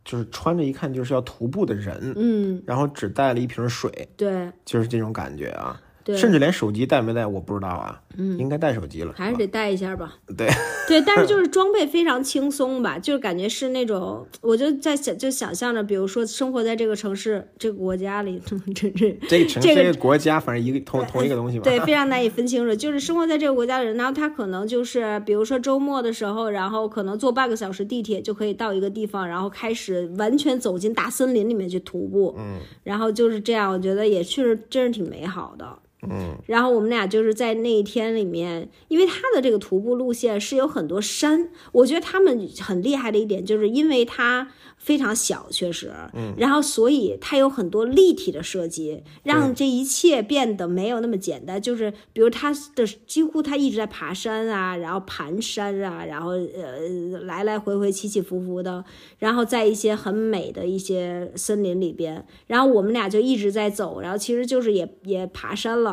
[SPEAKER 2] 就是穿着一看就是要徒步的人，
[SPEAKER 1] 嗯，
[SPEAKER 2] 然后只带了一瓶水，
[SPEAKER 1] 对
[SPEAKER 2] 就是这种感觉啊。
[SPEAKER 1] 对，嗯
[SPEAKER 2] 甚至连手机带没带我不知道啊，应该带手机了，
[SPEAKER 1] 还是
[SPEAKER 2] 是
[SPEAKER 1] 得带一下吧。
[SPEAKER 2] 吧对，
[SPEAKER 1] *laughs* 对，但是就是装备非常轻松吧，就是感觉是那种，我就在想，就想象着，比如说生活在这个城市、这个国家里， *laughs* 这这
[SPEAKER 2] 这城
[SPEAKER 1] 这
[SPEAKER 2] 市、
[SPEAKER 1] 个
[SPEAKER 2] 这个国家，反正一个同同一个东西
[SPEAKER 1] *laughs*
[SPEAKER 2] 吧。
[SPEAKER 1] 对，非常难以分清楚。就是生活在这个国家的人，然后他可能就是，比如说周末的时候，然后可能坐半个小时地铁就可以到一个地方，然后开始完全走进大森林里面去徒步。嗯，然后就是这样，我觉得也确实真是挺美好的。嗯，然后我们俩就是在那一天里面，因为他的这个徒步路线是有很多山，我觉得他们很厉害的一点就是因为它非常小，确实，嗯，然后所以它有很多立体的设计，让这一切变得没有那么简单。就是比如他的几乎他一直在爬山啊，然后盘山啊，然后呃来来回回起起伏伏的，然后在一些很美的一些森林里边，然后我们俩就一直在走，然后其实就是也也爬山了。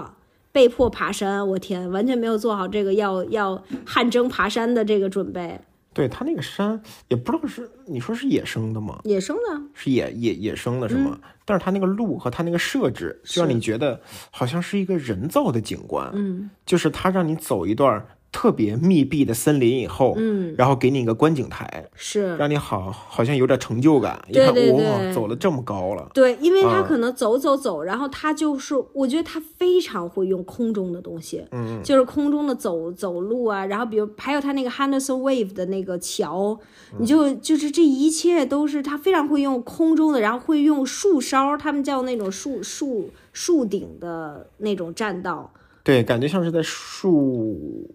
[SPEAKER 1] 被迫爬山，我天，完全没有做好这个要要汗蒸爬山的这个准备。
[SPEAKER 2] 对，它那个山也不知道是你说是野生的吗？
[SPEAKER 1] 野生的，
[SPEAKER 2] 是野野野生的是吗？
[SPEAKER 1] 嗯
[SPEAKER 2] 但是它那个路和它那个设置，就让你觉得好像是一个人造的景观。嗯，就是它让你走一段特别密闭的森林以后，嗯，然后给你一个观景台，
[SPEAKER 1] 是
[SPEAKER 2] 让你好好像有点成就感。一
[SPEAKER 1] 嗯对
[SPEAKER 2] 看
[SPEAKER 1] 对
[SPEAKER 2] 哇，
[SPEAKER 1] 对
[SPEAKER 2] 走了这么高了，
[SPEAKER 1] 对，因为他
[SPEAKER 2] 啊
[SPEAKER 1] 可能走走走，然后他就是，我觉得他非常会用空中的东西，嗯，就是空中的走走路啊，然后比如还有他那个 Henderson Wave 的那个桥，你就
[SPEAKER 2] 嗯
[SPEAKER 1] 就是这一切都是他非常会用空中的，然后会用树梢，他们叫那种树树树顶的那种栈道，
[SPEAKER 2] 对，感觉像是在树，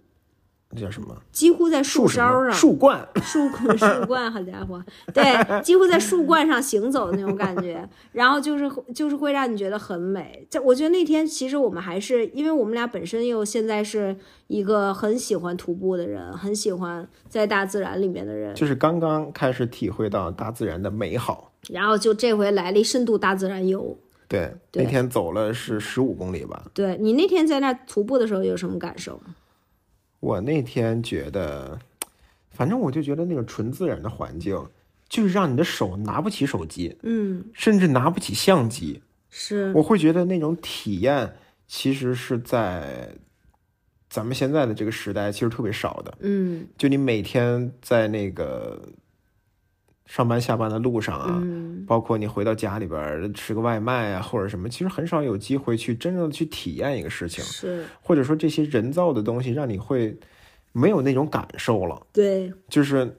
[SPEAKER 2] 那叫什么
[SPEAKER 1] 几乎在树
[SPEAKER 2] 树什
[SPEAKER 1] 梢啊
[SPEAKER 2] 么
[SPEAKER 1] 上，
[SPEAKER 2] 树啊冠？
[SPEAKER 1] *laughs* 树树冠，好家伙，对，几乎在树冠上行走的那种感觉，然后就是就是会让你觉得很美。这我觉得那天其实我们还是，因为我们俩本身又现在是一个很喜欢徒步的人，很喜欢在大自然里面的人，
[SPEAKER 2] 就是刚刚开始体会到大自然的美好。
[SPEAKER 1] 然后就这回来了一深度大自然游。
[SPEAKER 2] 对，
[SPEAKER 1] 对
[SPEAKER 2] 那天走了是十五公里吧。
[SPEAKER 1] 对你那天在那徒步的时候有什么感受？
[SPEAKER 2] 我那天觉得，反正我就觉得那个纯自然的环境，就是让你的手拿不起手机，
[SPEAKER 1] 嗯，
[SPEAKER 2] 甚至拿不起相机。
[SPEAKER 1] 是
[SPEAKER 2] 我会觉得那种体验其实是在咱们现在的这个时代其实特别少的。
[SPEAKER 1] 嗯
[SPEAKER 2] 就你每天在那个上班下班的路上啊，
[SPEAKER 1] 嗯
[SPEAKER 2] 包括你回到家里边儿吃个外卖啊或者什么，其实很少有机会去真正的去体验一个事情，
[SPEAKER 1] 是，
[SPEAKER 2] 或者说这些人造的东西让你会没有那种感受了，
[SPEAKER 1] 对，
[SPEAKER 2] 就是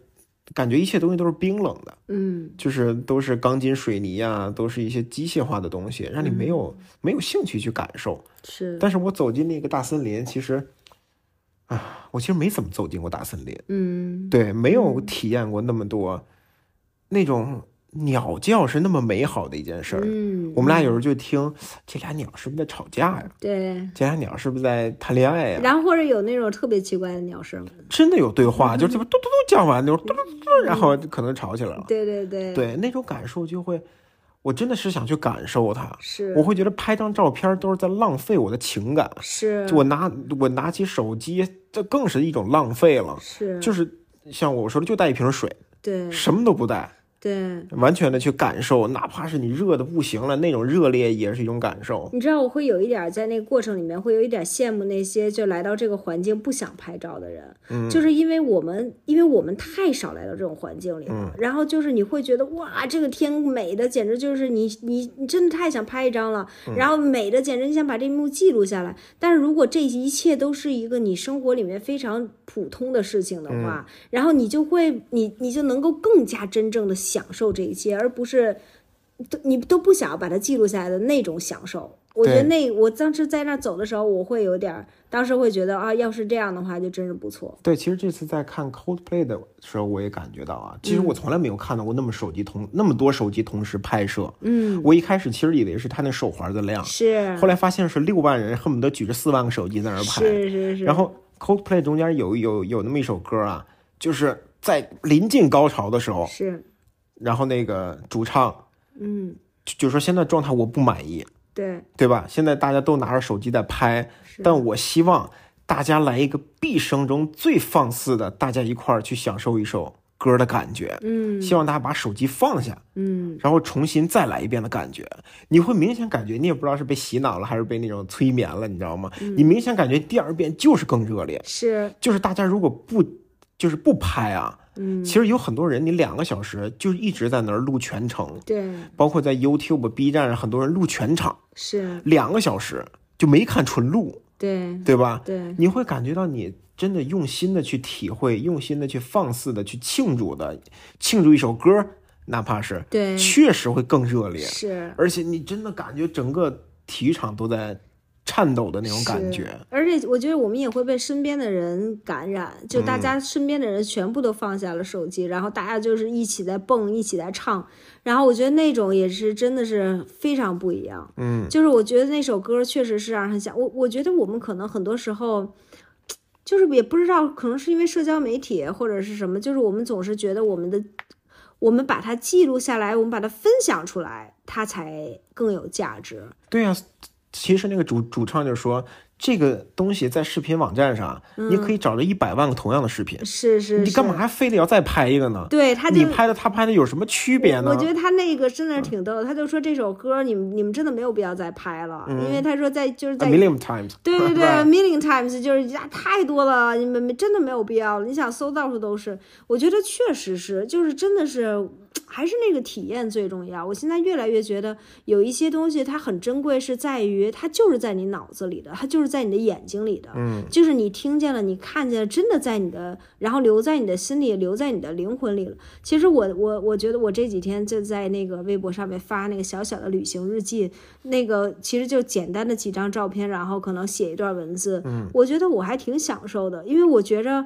[SPEAKER 2] 感觉一切东西都是冰冷的，
[SPEAKER 1] 嗯
[SPEAKER 2] 就是都是钢筋水泥啊，都是一些机械化的东西，让你
[SPEAKER 1] 嗯
[SPEAKER 2] 没有、没有兴趣去感受。
[SPEAKER 1] 是，
[SPEAKER 2] 但是我走进那个大森林，其实。啊，我其实没怎么走进过大森林，
[SPEAKER 1] 嗯
[SPEAKER 2] 对，没有体验过那么多那种鸟叫是那么美好的一件事儿。
[SPEAKER 1] 嗯，
[SPEAKER 2] 我们俩有时候就听这俩鸟是不是在吵架呀？
[SPEAKER 1] 对。
[SPEAKER 2] 这俩鸟是不是在谈恋爱呀？
[SPEAKER 1] 然后或者有那种特别奇怪的鸟声，
[SPEAKER 2] 真的有对
[SPEAKER 1] 嗯
[SPEAKER 2] 话，就是这边嘟嘟嘟讲完，就是嘟嘟嘟，然后可能吵起来了。
[SPEAKER 1] 对对对，
[SPEAKER 2] 对，那种感受就会，我真的是想去感受它。
[SPEAKER 1] 是
[SPEAKER 2] 我会觉得拍张照片都是在浪费我的情感，
[SPEAKER 1] 是
[SPEAKER 2] 我拿我拿起手机，这更是一种浪费了。
[SPEAKER 1] 是，
[SPEAKER 2] 就是像我说的，就带一瓶水，
[SPEAKER 1] 对
[SPEAKER 2] 什么都不带。
[SPEAKER 1] 对。
[SPEAKER 2] 完全的去感受，哪怕是你热的不行了，那种热烈也是一种感受。
[SPEAKER 1] 你知道我会有一点儿在那个过程里面会有一点儿羡慕那些就来到这个环境不想拍照的人，就是因为我们因为我们太少来到这种环境里了，然后就是你会觉得哇这个天美的简直就是你你你真的太想拍一张了，然后美的简直你想把这一幕记录下来。但是如果这一切都是一个你生活里面非常普通的事情的话，然后你就会你你就能够更加真正的享受这一切，而不是。都你都不想要把它记录下来的那种享受，我觉得那我当时在那儿走的时候，我会有点儿，当时会觉得啊，要是这样的话，就真是不错。
[SPEAKER 2] 对，其实这次在看 Coldplay 的时候，我也感觉到啊，其实我从来没有看到过那么手机同那么多手机同时拍摄。
[SPEAKER 1] 嗯，
[SPEAKER 2] 我一开始其实以为是他那手环的量，
[SPEAKER 1] 是
[SPEAKER 2] 后来发现是六万人恨不得举着四万个手机在那儿拍。
[SPEAKER 1] 是是是，
[SPEAKER 2] 然后 Coldplay 中间有有有那么一首歌啊，就是在临近高潮的时候，
[SPEAKER 1] 是
[SPEAKER 2] 然后那个主唱
[SPEAKER 1] 嗯
[SPEAKER 2] 就就说现在状态我不满意，
[SPEAKER 1] 对
[SPEAKER 2] 对吧？现在大家都拿着手机在拍，
[SPEAKER 1] 是，
[SPEAKER 2] 但我希望大家来一个毕生中最放肆的，大家一块儿去享受一首歌的感觉。
[SPEAKER 1] 嗯
[SPEAKER 2] 希望大家把手机放下，
[SPEAKER 1] 嗯
[SPEAKER 2] 然后重新再来一遍的感觉，你会明显感觉你也不知道是被洗脑了还是被那种催眠了，你知道吗？你明显感觉第二遍就是更热烈，
[SPEAKER 1] 是
[SPEAKER 2] 就是大家如果不就是不拍啊，
[SPEAKER 1] 嗯
[SPEAKER 2] 其实有很多人你两个小时就是一直在那儿录全程，
[SPEAKER 1] 对
[SPEAKER 2] 包括在 YouTube、B 站上很多人录全场
[SPEAKER 1] 是
[SPEAKER 2] 两个小时就没看纯录，
[SPEAKER 1] 对
[SPEAKER 2] 对吧？
[SPEAKER 1] 对
[SPEAKER 2] 你会感觉到你真的用心的去体会，用心的去放肆的去庆祝的，庆祝一首歌，哪怕是
[SPEAKER 1] 对
[SPEAKER 2] 确实会更热烈，
[SPEAKER 1] 是
[SPEAKER 2] 而且你真的感觉整个体育场都在颤抖的那种感觉。
[SPEAKER 1] 而且我觉得我们也会被身边的人感染，就
[SPEAKER 2] 嗯
[SPEAKER 1] 大家身边的人全部都放下了手机，然后大家就是一起在蹦，一起在唱，然后我觉得那种也是真的是非常不一样。
[SPEAKER 2] 嗯，
[SPEAKER 1] 就是我觉得那首歌确实是让人想，我我觉得我们可能很多时候。就是也不知道，可能是因为社交媒体或者是什么，就是我们总是觉得我们的，我们把它记录下来，我们把它分享出来，它才更有价值。
[SPEAKER 2] 对呀、其实那个主主唱就说，这个东西在视频网站上，你可以找着一百万个同样的视频，
[SPEAKER 1] 是嗯是是，
[SPEAKER 2] 你干嘛还非得要再拍一个呢？
[SPEAKER 1] 对，他就
[SPEAKER 2] 你拍的他拍的有什么区别呢？
[SPEAKER 1] 我
[SPEAKER 2] 嗯
[SPEAKER 1] 觉得他那个真的是挺逗的，他就说这首歌你们你们真的没有必要再拍了，
[SPEAKER 2] 嗯
[SPEAKER 1] 因为他说在就是在
[SPEAKER 2] A。million times，
[SPEAKER 1] 对对对
[SPEAKER 2] Right
[SPEAKER 1] ，million times 就是呀，太多了，你们真的没有必要了。你想搜到处都是，我觉得确实是，就是真的是，还是那个体验最重要。我现在越来越觉得有一些东西它很珍贵，是在于它就是在你脑子里的，它就是在你的眼睛里的，嗯，就是你听见了，你看见了，真的在你的，然后留在你的心里，留在你的灵魂里了。其实我我我觉得我这几天就在那个微博上面发那个小小的旅行日记，那个其实就简单的几张照片，然后可能写一段文字。嗯，我觉得我还挺享受的，因为我觉着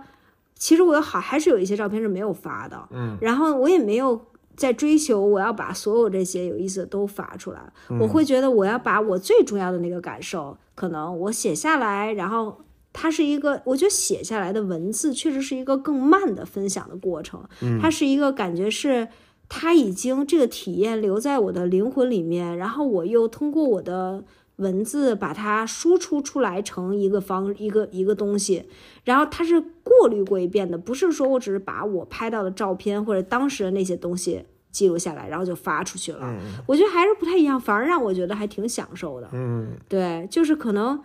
[SPEAKER 1] 其实我有好还是有一些照片是没有发的。嗯，然后我也没有。在追求我要把所有这些有意思的都发出来，我会觉得我要把我最重要的那个感受，可能我写下来，然后它是一个，我觉得写下来的文字确实是一个更慢的分享的过程，它是一个感觉是它已经这个体验留在我的灵魂里面，然后我又通过我的文字把它输出出来成一个方一个一个东西，然后它是过滤过一遍的，不是说我只是把我拍到的照片或者当时的那些东西。记录下来，然后就发出去了。我觉得还是不太一样，反而让我觉得还挺享受的。
[SPEAKER 2] 嗯，
[SPEAKER 1] 对，就是可能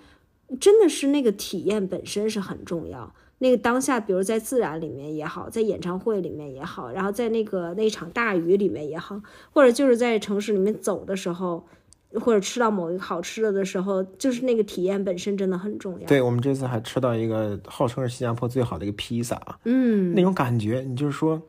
[SPEAKER 1] 真的是那个体验本身是很重要。那个当下，比如在自然里面也好，在演唱会里面也好，然后在那个那场大雨里面也好，或者就是在城市里面走的时候，或者吃到某一个好吃的的时候，就是那个体验本身真的很重要。
[SPEAKER 2] *laughs* 对我们这次还吃到一个号称是新加坡最好的一个披萨啊，
[SPEAKER 1] 嗯，
[SPEAKER 2] 那种感觉，你就是说，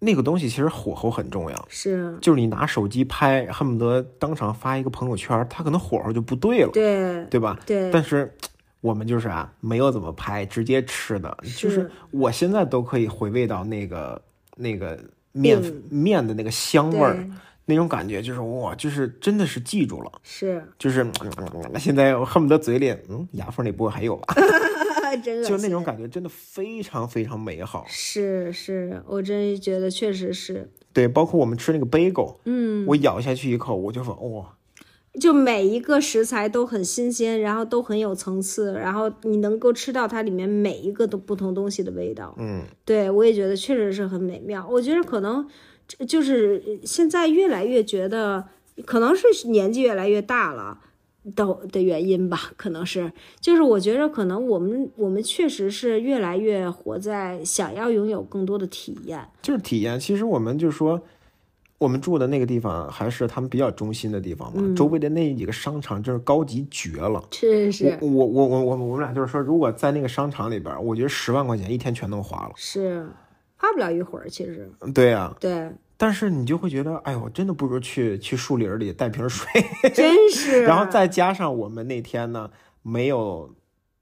[SPEAKER 2] 那个东西其实火候很重要，
[SPEAKER 1] 是，
[SPEAKER 2] 就是你拿手机拍，恨不得当场发一个朋友圈，它可能火候就不对了，
[SPEAKER 1] 对
[SPEAKER 2] 对吧？
[SPEAKER 1] 对
[SPEAKER 2] 但是我们就是啊，没有怎么拍，直接吃的，就是
[SPEAKER 1] 是
[SPEAKER 2] 我现在都可以回味到那个那个面面的那个香味儿
[SPEAKER 1] 对，
[SPEAKER 2] 那种感觉，就是哇，就是真的是记住了。
[SPEAKER 1] *laughs* 是，
[SPEAKER 2] 就是现在我恨不得嘴里，嗯，牙缝里不会还有吧？
[SPEAKER 1] 真恶
[SPEAKER 2] *laughs* 就
[SPEAKER 1] 心。
[SPEAKER 2] 那种感觉，真的非常非常美好。
[SPEAKER 1] 是是，我真是觉得确实是，
[SPEAKER 2] 对，包括我们吃那个 bagel，
[SPEAKER 1] 嗯，
[SPEAKER 2] 我咬下去一口，我就说哇，
[SPEAKER 1] 就每一个食材都很新鲜，然后都很有层次，然后你能够吃到它里面每一个都不同东西的味道。
[SPEAKER 2] 嗯，
[SPEAKER 1] 对我也觉得确实是很美妙。我觉得可能这就是呃现在越来越觉得，可能是年纪越来越大了。的的原因吧，可能是，就是我觉得可能我们我们确实是越来越活在想要拥有更多的体验，
[SPEAKER 2] 就是体验。其实我们就说，我们住的那个地方还是他们比较中心的地方嘛，周围的那几个商场真是高级绝了。
[SPEAKER 1] 确实
[SPEAKER 2] 我我我我我我们俩就是说，如果在那个商场里边儿，我觉得十万块钱一天全弄花了。
[SPEAKER 1] 是花不了一会儿，其实
[SPEAKER 2] *laughs* 对啊，
[SPEAKER 1] 对
[SPEAKER 2] 但是你就会觉得，哎呦，真的不如去去树林里带瓶水。
[SPEAKER 1] 真是。
[SPEAKER 2] 然后再加上我们那天呢，没有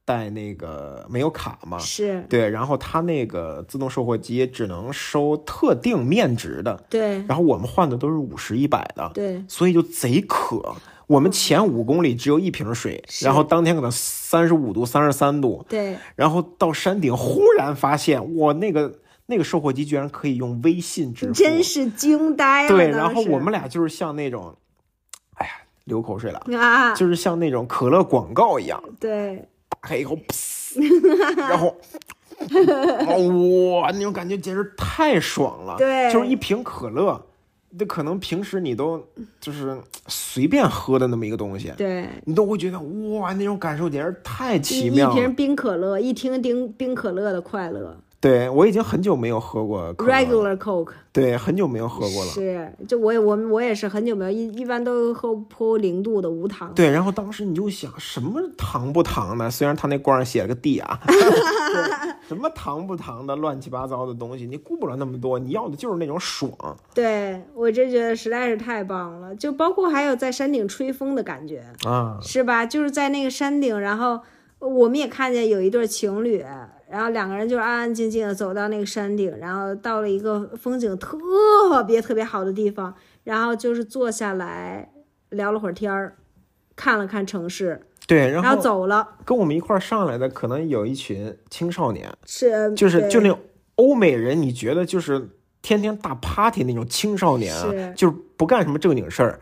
[SPEAKER 2] 带那个没有卡嘛，
[SPEAKER 1] 是
[SPEAKER 2] 对，然后他那个自动售货机只能收特定面值的，
[SPEAKER 1] 对
[SPEAKER 2] 然后我们换的都是五十一百的，
[SPEAKER 1] 对，
[SPEAKER 2] 所以就贼渴。我们前五公里只有一瓶水，然后当天可能三十五度、三十三度，
[SPEAKER 1] 对，
[SPEAKER 2] 然后到山顶忽然发现，我那个那个售货机居然可以用微信支付，
[SPEAKER 1] 真是惊呆了。
[SPEAKER 2] 对。
[SPEAKER 1] 当
[SPEAKER 2] 然后
[SPEAKER 1] 时
[SPEAKER 2] 我们俩就是像那种，哎呀，流口水了，
[SPEAKER 1] 啊，
[SPEAKER 2] 就是像那种可乐广告一样，
[SPEAKER 1] 对，
[SPEAKER 2] 打开以后， *laughs* 然后哇，那种感觉简直太爽了。
[SPEAKER 1] 对
[SPEAKER 2] 就是一瓶可乐，那可能平时你都就是随便喝的那么一个东西，
[SPEAKER 1] 对。
[SPEAKER 2] 你都会觉得哇，那种感受简直太奇
[SPEAKER 1] 一
[SPEAKER 2] 妙
[SPEAKER 1] 一
[SPEAKER 2] 了
[SPEAKER 1] 瓶。冰可乐，一听冰冰可乐的快乐
[SPEAKER 2] 对我已经很久没有喝过可乐
[SPEAKER 1] ，regular
[SPEAKER 2] 了，
[SPEAKER 1] Coke
[SPEAKER 2] 对，很久没有喝过了。
[SPEAKER 1] 是，就我也我们我也是很久没有一一般都喝泼零度的无糖，
[SPEAKER 2] 对，然后当时你就想什么糖不糖的，虽然他那罐上写了个 D 啊， *laughs* 对什么糖不糖的乱七八糟的东西，你顾不了那么多，你要的就是那种爽。
[SPEAKER 1] 对我真觉得实在是太棒了，就包括还有在山顶吹风的感觉，
[SPEAKER 2] 啊，
[SPEAKER 1] 是吧？就是在那个山顶，然后我们也看见有一对情侣，然后两个人就安安静静的走到那个山顶，然后到了一个风景特别特别好的地方，然后就是坐下来聊了会儿天儿，看了看城市，
[SPEAKER 2] 对，然
[SPEAKER 1] 然后
[SPEAKER 2] 后
[SPEAKER 1] 走了。
[SPEAKER 2] 跟我们一块儿上来的可能有一群青少年，
[SPEAKER 1] 是，
[SPEAKER 2] 就是
[SPEAKER 1] 对
[SPEAKER 2] 就那种欧美人，你觉得就是天天大 party 那种青少年啊，
[SPEAKER 1] 是
[SPEAKER 2] 就是不干什么正经事儿，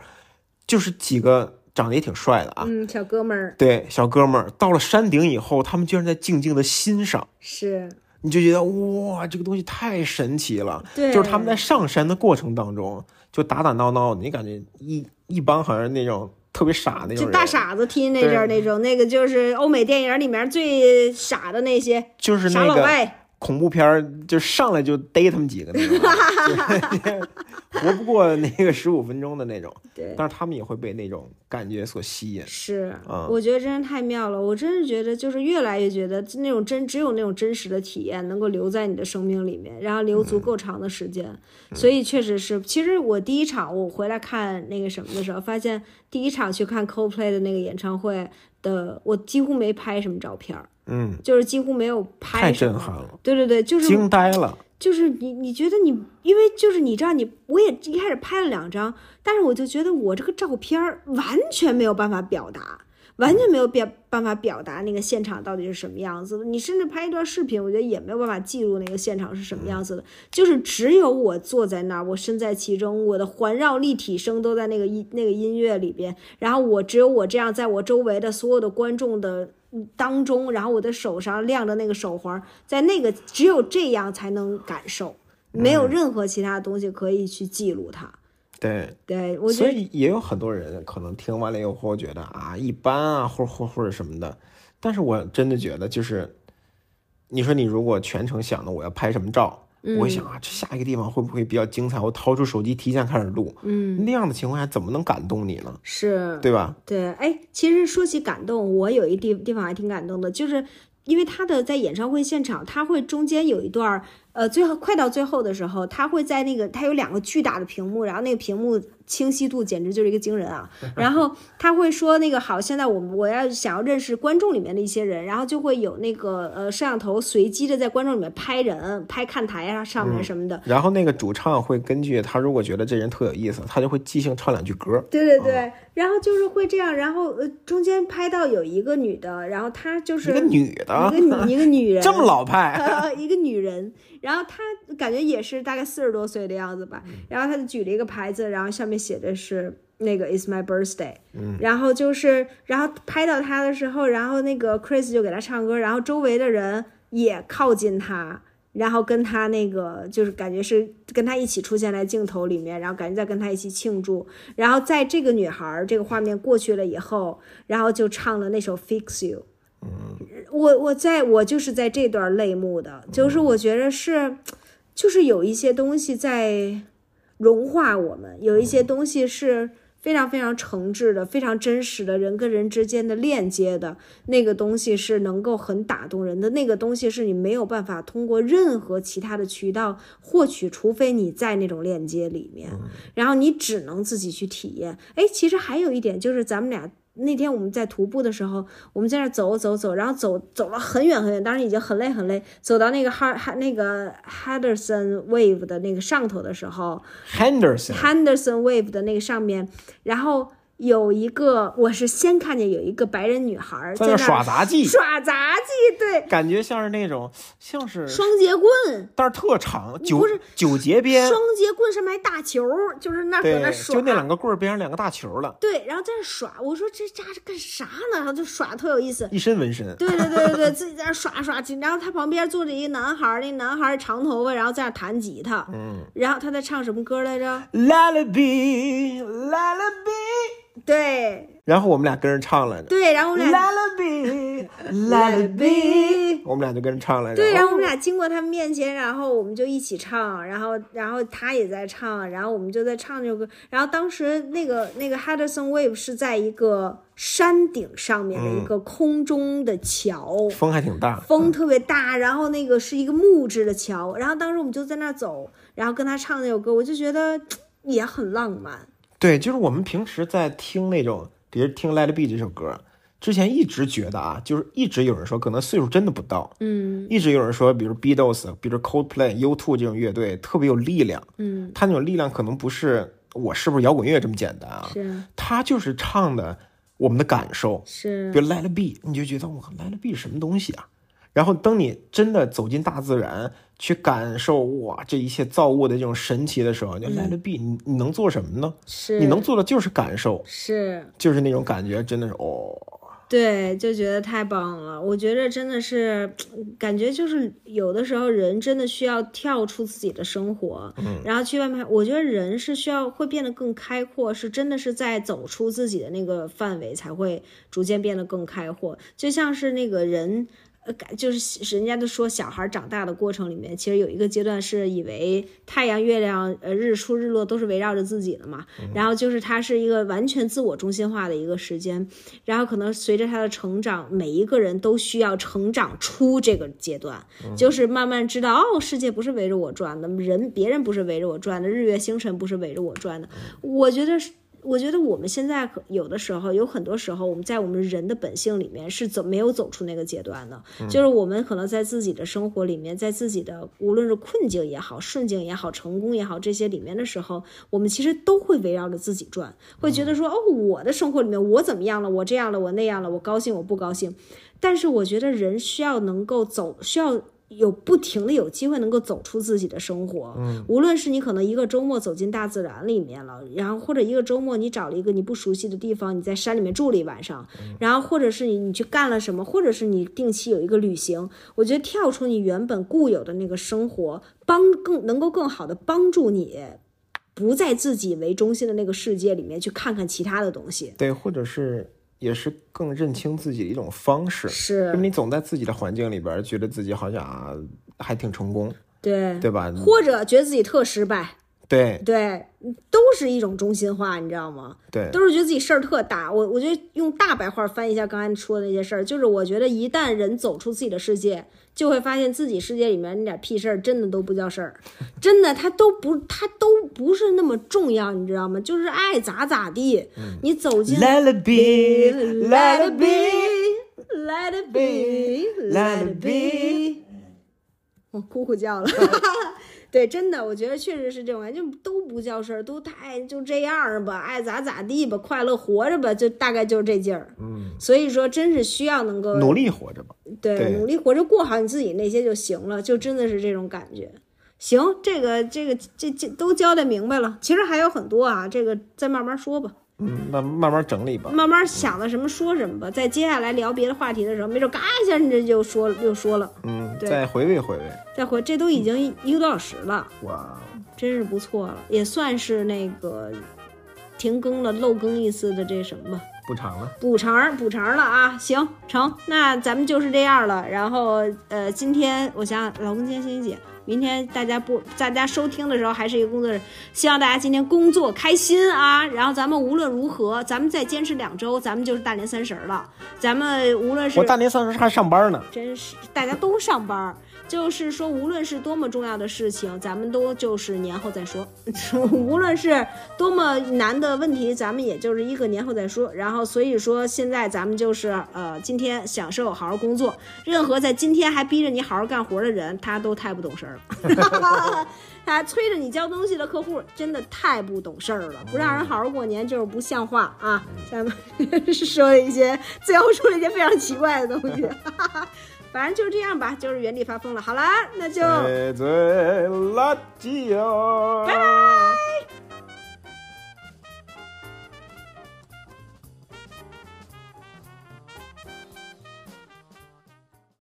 [SPEAKER 2] 就是几个长得也挺帅的啊。
[SPEAKER 1] 嗯，小哥们儿
[SPEAKER 2] 对，小哥们儿到了山顶以后，他们居然在静静的欣赏，
[SPEAKER 1] 是
[SPEAKER 2] 你就觉得哇，这个东西太神奇了。
[SPEAKER 1] 对，
[SPEAKER 2] 就是他们在上山的过程当中，就打打闹闹的，你感觉一一帮好像那种特别傻那种
[SPEAKER 1] 就
[SPEAKER 2] 人，
[SPEAKER 1] 大傻子 teenager 那种，那个就是欧美电影里面最傻的那些
[SPEAKER 2] 就是
[SPEAKER 1] 傻
[SPEAKER 2] 那
[SPEAKER 1] 老
[SPEAKER 2] 个
[SPEAKER 1] 外，
[SPEAKER 2] 恐怖片儿就上来就逮他们几个那种啊，就是 *laughs* 活不过那个十五分钟的那种。
[SPEAKER 1] 对，
[SPEAKER 2] 但是他们也会被那种感觉所吸引。
[SPEAKER 1] 是，
[SPEAKER 2] 嗯
[SPEAKER 1] 我觉得真是太妙了，我真是觉得就是越来越觉得那种真只有那种真实的体验能够留在你的生命里面，然后留
[SPEAKER 2] 嗯
[SPEAKER 1] 足够长的时间，所以确实是，其实我第一场我回来看那个什么的时候，发现第一场去看 Coldplay 的那个演唱会的，我几乎没拍什么照片儿，
[SPEAKER 2] 嗯，
[SPEAKER 1] 就是几乎没有拍，
[SPEAKER 2] 太震撼。了，
[SPEAKER 1] 对对对，就是
[SPEAKER 2] 惊呆了。
[SPEAKER 1] 就是你，你觉得你，因为就是你知道你，我也一开始拍了两张，但是我就觉得我这个照片儿完全没有办法表达，完全没有表办法表达那个现场到底是什么样子的。你甚至拍一段视频，我觉得也没有办法记录那个现场是什么样子的。就是只有我坐在那儿，我身在其中，我的环绕立体声都在那个音那个音乐里边，然后我只有我这样，在我周围的所有的观众的当中，然后我的手上亮着那个手环，在那个只有这样才能感受，没
[SPEAKER 2] 嗯
[SPEAKER 1] 有任何其他东西可以去记录它。
[SPEAKER 2] 对，
[SPEAKER 1] 对我觉
[SPEAKER 2] 所
[SPEAKER 1] 得
[SPEAKER 2] 以也有很多人可能听完了以后觉得啊一般啊，或或或者什么的。但是我真的觉得就是，你说你如果全程想的我要拍什么照，
[SPEAKER 1] 嗯
[SPEAKER 2] 我会想啊这下一个地方会不会比较精彩？我掏出手机提前开始录，嗯，那样的情况下怎么能感动你呢？
[SPEAKER 1] 是
[SPEAKER 2] 对吧？
[SPEAKER 1] 对，哎，其实说起感动，我有一地地方还挺感动的，就是因为他的在演唱会现场，他会中间有一段儿，呃，最后快到最后的时候，他会在那个他有两个巨大的屏幕，然后那个屏幕清晰度简直就是一个惊人
[SPEAKER 2] *laughs*
[SPEAKER 1] 啊。然后他会说那个好，现在我们我要想要认识观众里面的一些人，然后就会有那个呃摄像头随机的在观众里面拍人、拍看台啊上
[SPEAKER 2] 嗯
[SPEAKER 1] 面什么的。
[SPEAKER 2] 然后那个主唱会根据他如果觉得这人特有意思，他就会即兴唱两句歌。
[SPEAKER 1] 对对
[SPEAKER 2] 哦
[SPEAKER 1] 对，然后就是会这样，然后呃中间拍到有一个女的，然后她就是
[SPEAKER 2] 一个女的
[SPEAKER 1] 一
[SPEAKER 2] *laughs*
[SPEAKER 1] 个女一个女人，呃
[SPEAKER 2] 这
[SPEAKER 1] *laughs*
[SPEAKER 2] 么老派，
[SPEAKER 1] 一个女人，然后她感觉也是大概四十多岁的样子
[SPEAKER 2] 嗯
[SPEAKER 1] 吧，然后她就举了一个牌子，然后上面写的是那个 It's my birthday，然
[SPEAKER 2] 嗯
[SPEAKER 1] 后就是，然后拍到她的时候，然后那个 Chris 就给她唱歌，然后周围的人也靠近她。然后跟她那个就是感觉是跟她一起出现在镜头里面，然后感觉在跟她一起庆祝。然后在这个女孩儿这个画面过去了以后，然后就唱了那首《Fix You》。我我在我就是在这段泪目的，就是我觉得是，就是有一些东西在融化我们，有一些东西是非常非常诚挚的、非常真实的人跟人之间的链接的那个东西是能够很打动人的，那个东西是你没有办法通过任何其他的渠道获取，除非你在那种链接里面，然后你只能自己去体验。哎，其实还有一点就是咱们俩。那天我们在徒步的时候，我们在那儿走走走，然后走走了很远很远，当时已经很累很累，走到那个哈哈那个 Henderson Wave 的那个上头的时候
[SPEAKER 2] Henderson，
[SPEAKER 1] ，Henderson Wave 的那个上面，然后有一个我是先看见有一个白人女孩儿
[SPEAKER 2] 在
[SPEAKER 1] 那
[SPEAKER 2] 那
[SPEAKER 1] 儿
[SPEAKER 2] 耍杂技，嗯
[SPEAKER 1] 耍杂技，对，
[SPEAKER 2] 感觉像是那种像是，
[SPEAKER 1] 双节棍，
[SPEAKER 2] 但是特长九
[SPEAKER 1] 不是
[SPEAKER 2] 九节边，
[SPEAKER 1] 双节棍上面还打球，就是那儿搁
[SPEAKER 2] 对
[SPEAKER 1] 那，耍
[SPEAKER 2] 就那两个棍儿边上两个大球了，
[SPEAKER 1] 对，然后在那儿耍，我说这家是干啥呢？然后就耍特有意思，
[SPEAKER 2] 一身纹身，
[SPEAKER 1] 对对对对对，自己在那耍耍去，然后他旁边坐着一个男孩儿，那男孩儿长头发，然后在那弹吉他，嗯，然后他在唱什么歌来着？
[SPEAKER 2] Lullaby，Lullaby。
[SPEAKER 1] 对
[SPEAKER 2] 然后我们俩跟着唱来着
[SPEAKER 1] 对，然后我们俩
[SPEAKER 2] ，Lullaby，Lullaby，我们俩就跟着唱来着。
[SPEAKER 1] 对，然后我们俩经过他们面前，然后我们就一起唱，然后然后他也在唱，然后我们就在唱这首歌。然后当时那个那个 Henderson Wave 是在一个山顶上面的一个空中的桥，
[SPEAKER 2] 风还挺大，
[SPEAKER 1] 风特别大，然后那个是一个木质的桥，然后当时我们就在那儿走，然后跟他唱那首歌，我就觉得也很浪漫。
[SPEAKER 2] 对，就是我们平时在听那种，比如听《Let It Be》这首歌，之前一直觉得啊，就是一直有人说，可能岁数真的不到，
[SPEAKER 1] 嗯
[SPEAKER 2] 一直有人说，比如 Beatles、比如 Coldplay、U2 这种乐队特别有力量，
[SPEAKER 1] 嗯，
[SPEAKER 2] 它那种力量可能不是我是不是摇滚乐这么简单啊，
[SPEAKER 1] 是
[SPEAKER 2] 它就是唱的我们的感受，比
[SPEAKER 1] 是，
[SPEAKER 2] 如 Let It Be，你就觉得我靠，Let It Be 是什么东西啊？然后当你真的走进大自然，去感受哇这一切造物的这种神奇的时候，你就
[SPEAKER 1] 嗯
[SPEAKER 2] Let It Be，、你你能做什么呢？
[SPEAKER 1] 是
[SPEAKER 2] 你能做的就是感受，
[SPEAKER 1] 是，
[SPEAKER 2] 就是那种感觉，真的是哦，
[SPEAKER 1] 对，就觉得太棒了。我觉得真的是，感觉就是有的时候人真的需要跳出自己的生活，然后去外面。我觉得人是需要会变得更开阔，是真的是在走出自己的那个范围，才会逐渐变得更开阔。就像是那个人。呃，感就是人家都说小孩长大的过程里面，其实有一个阶段是以为太阳、月亮、呃日出、日落都是围绕着自己的嘛，然后就是它是一个完全自我中心化的一个时间，然后可能随着他的成长，每一个人都需要成长出这个阶段，就是慢慢知道哦，世界不是围着我转的，人别人不是围着我转的，日月星辰不是围着我转的。我觉得是。我觉得我们现在可有的时候，有很多时候，我们在我们人的本性里面是走没有走出那个阶段的，就是我们可能在自己的生活里面，在自己的无论是困境也好、顺境也好、成功也好这些里面的时候，我们其实都会围绕着自己转，会觉得说，哦，我的生活里面我怎么样了，我这样了，我那样了，我高兴，我不高兴。但是我觉得人需要能够走，需要。有不停的有机会能够走出自己的生活，无论是你可能一个周末走进大自然里面了，然后或者一个周末你找了一个你不熟悉的地方，你在山里面住了一晚上，然后或者是你你去干了什么，或者是你定期有一个旅行，我觉得跳出你原本固有的那个生活，帮更能够更好的帮助你不在自己为中心的那个世界里面去看看其他的东西。
[SPEAKER 2] 对，或者是也是更认清自己的一种方式，因为
[SPEAKER 1] 是，
[SPEAKER 2] 你总在自己的环境里边，觉得自己好像啊还挺成功，
[SPEAKER 1] 对，
[SPEAKER 2] 对吧？
[SPEAKER 1] 或者觉得自己特失败，
[SPEAKER 2] 对
[SPEAKER 1] 对，嗯都是一种中心化，你知道吗？
[SPEAKER 2] 对，
[SPEAKER 1] 都是觉得自己事儿特大。我我觉得用大白话翻译一下刚才说的那些事儿，就是我觉得一旦人走出自己的世界，就会发现自己世界里面那点屁事儿真的都不叫事儿，真的它都不它都不是那么重要，你知道吗？就是爱咋咋地，你走进
[SPEAKER 2] Let it be, let it be,
[SPEAKER 1] Let it be, let it be。我哭哭叫了，对，真的，我觉得确实是这种感觉，就都不叫事儿，都太就这样儿吧，爱咋咋地吧，快乐活着吧，就大概就是这劲儿。嗯，所以说，真是需要能够
[SPEAKER 2] 努力活着吧。
[SPEAKER 1] 对
[SPEAKER 2] 对
[SPEAKER 1] 努力活着，过好你自己那些就行了，就真的是这种感觉。行，这个这个这这都交代明白了，其实还有很多啊，这个再慢慢说吧。
[SPEAKER 2] 嗯，那慢慢整理吧。
[SPEAKER 1] 慢慢想到什么说什么吧。在接下来聊别的话题的时候，没准嘎一下你这就说又说了，
[SPEAKER 2] 嗯，
[SPEAKER 1] 对
[SPEAKER 2] 再回味回味。
[SPEAKER 1] 再回这都已经一一个多小时了，
[SPEAKER 2] 哇，
[SPEAKER 1] 真是不错了，也算是那个停更了漏更一次的这什么吧。
[SPEAKER 2] 不长了，
[SPEAKER 1] 补偿补偿了啊，行成，那咱们就是这样了。然后呃，今天我想想，老公今天星期几？明天大家播，大家收听的时候还是一个工作日，希望大家今天工作开心啊。然后咱们无论如何，咱们再坚持两周，咱们就是大年三十儿了。咱们无论是
[SPEAKER 2] 我大年三十还上班呢。
[SPEAKER 1] 真是大家都上班儿，就是说，无论是多么重要的事情，咱们都就是年后再说； *laughs* 无论是多么难的问题，咱们也就是一个年后再说。然后，所以说现在咱们就是呃，今天享受好好工作。任何在今天还逼着你好好干活的人，他都太不懂事儿了。他催着你交东西的客户，真的太不懂事儿了，不让人好好过年就是不像话啊！咱们说了一些，最后说了一些非常奇怪的东西。 *laughs* 反正就是这样
[SPEAKER 2] 哎
[SPEAKER 1] 吧，就是原地发疯了。好啦，那就
[SPEAKER 2] 嘴嘴垃圾哦。
[SPEAKER 1] 拜拜。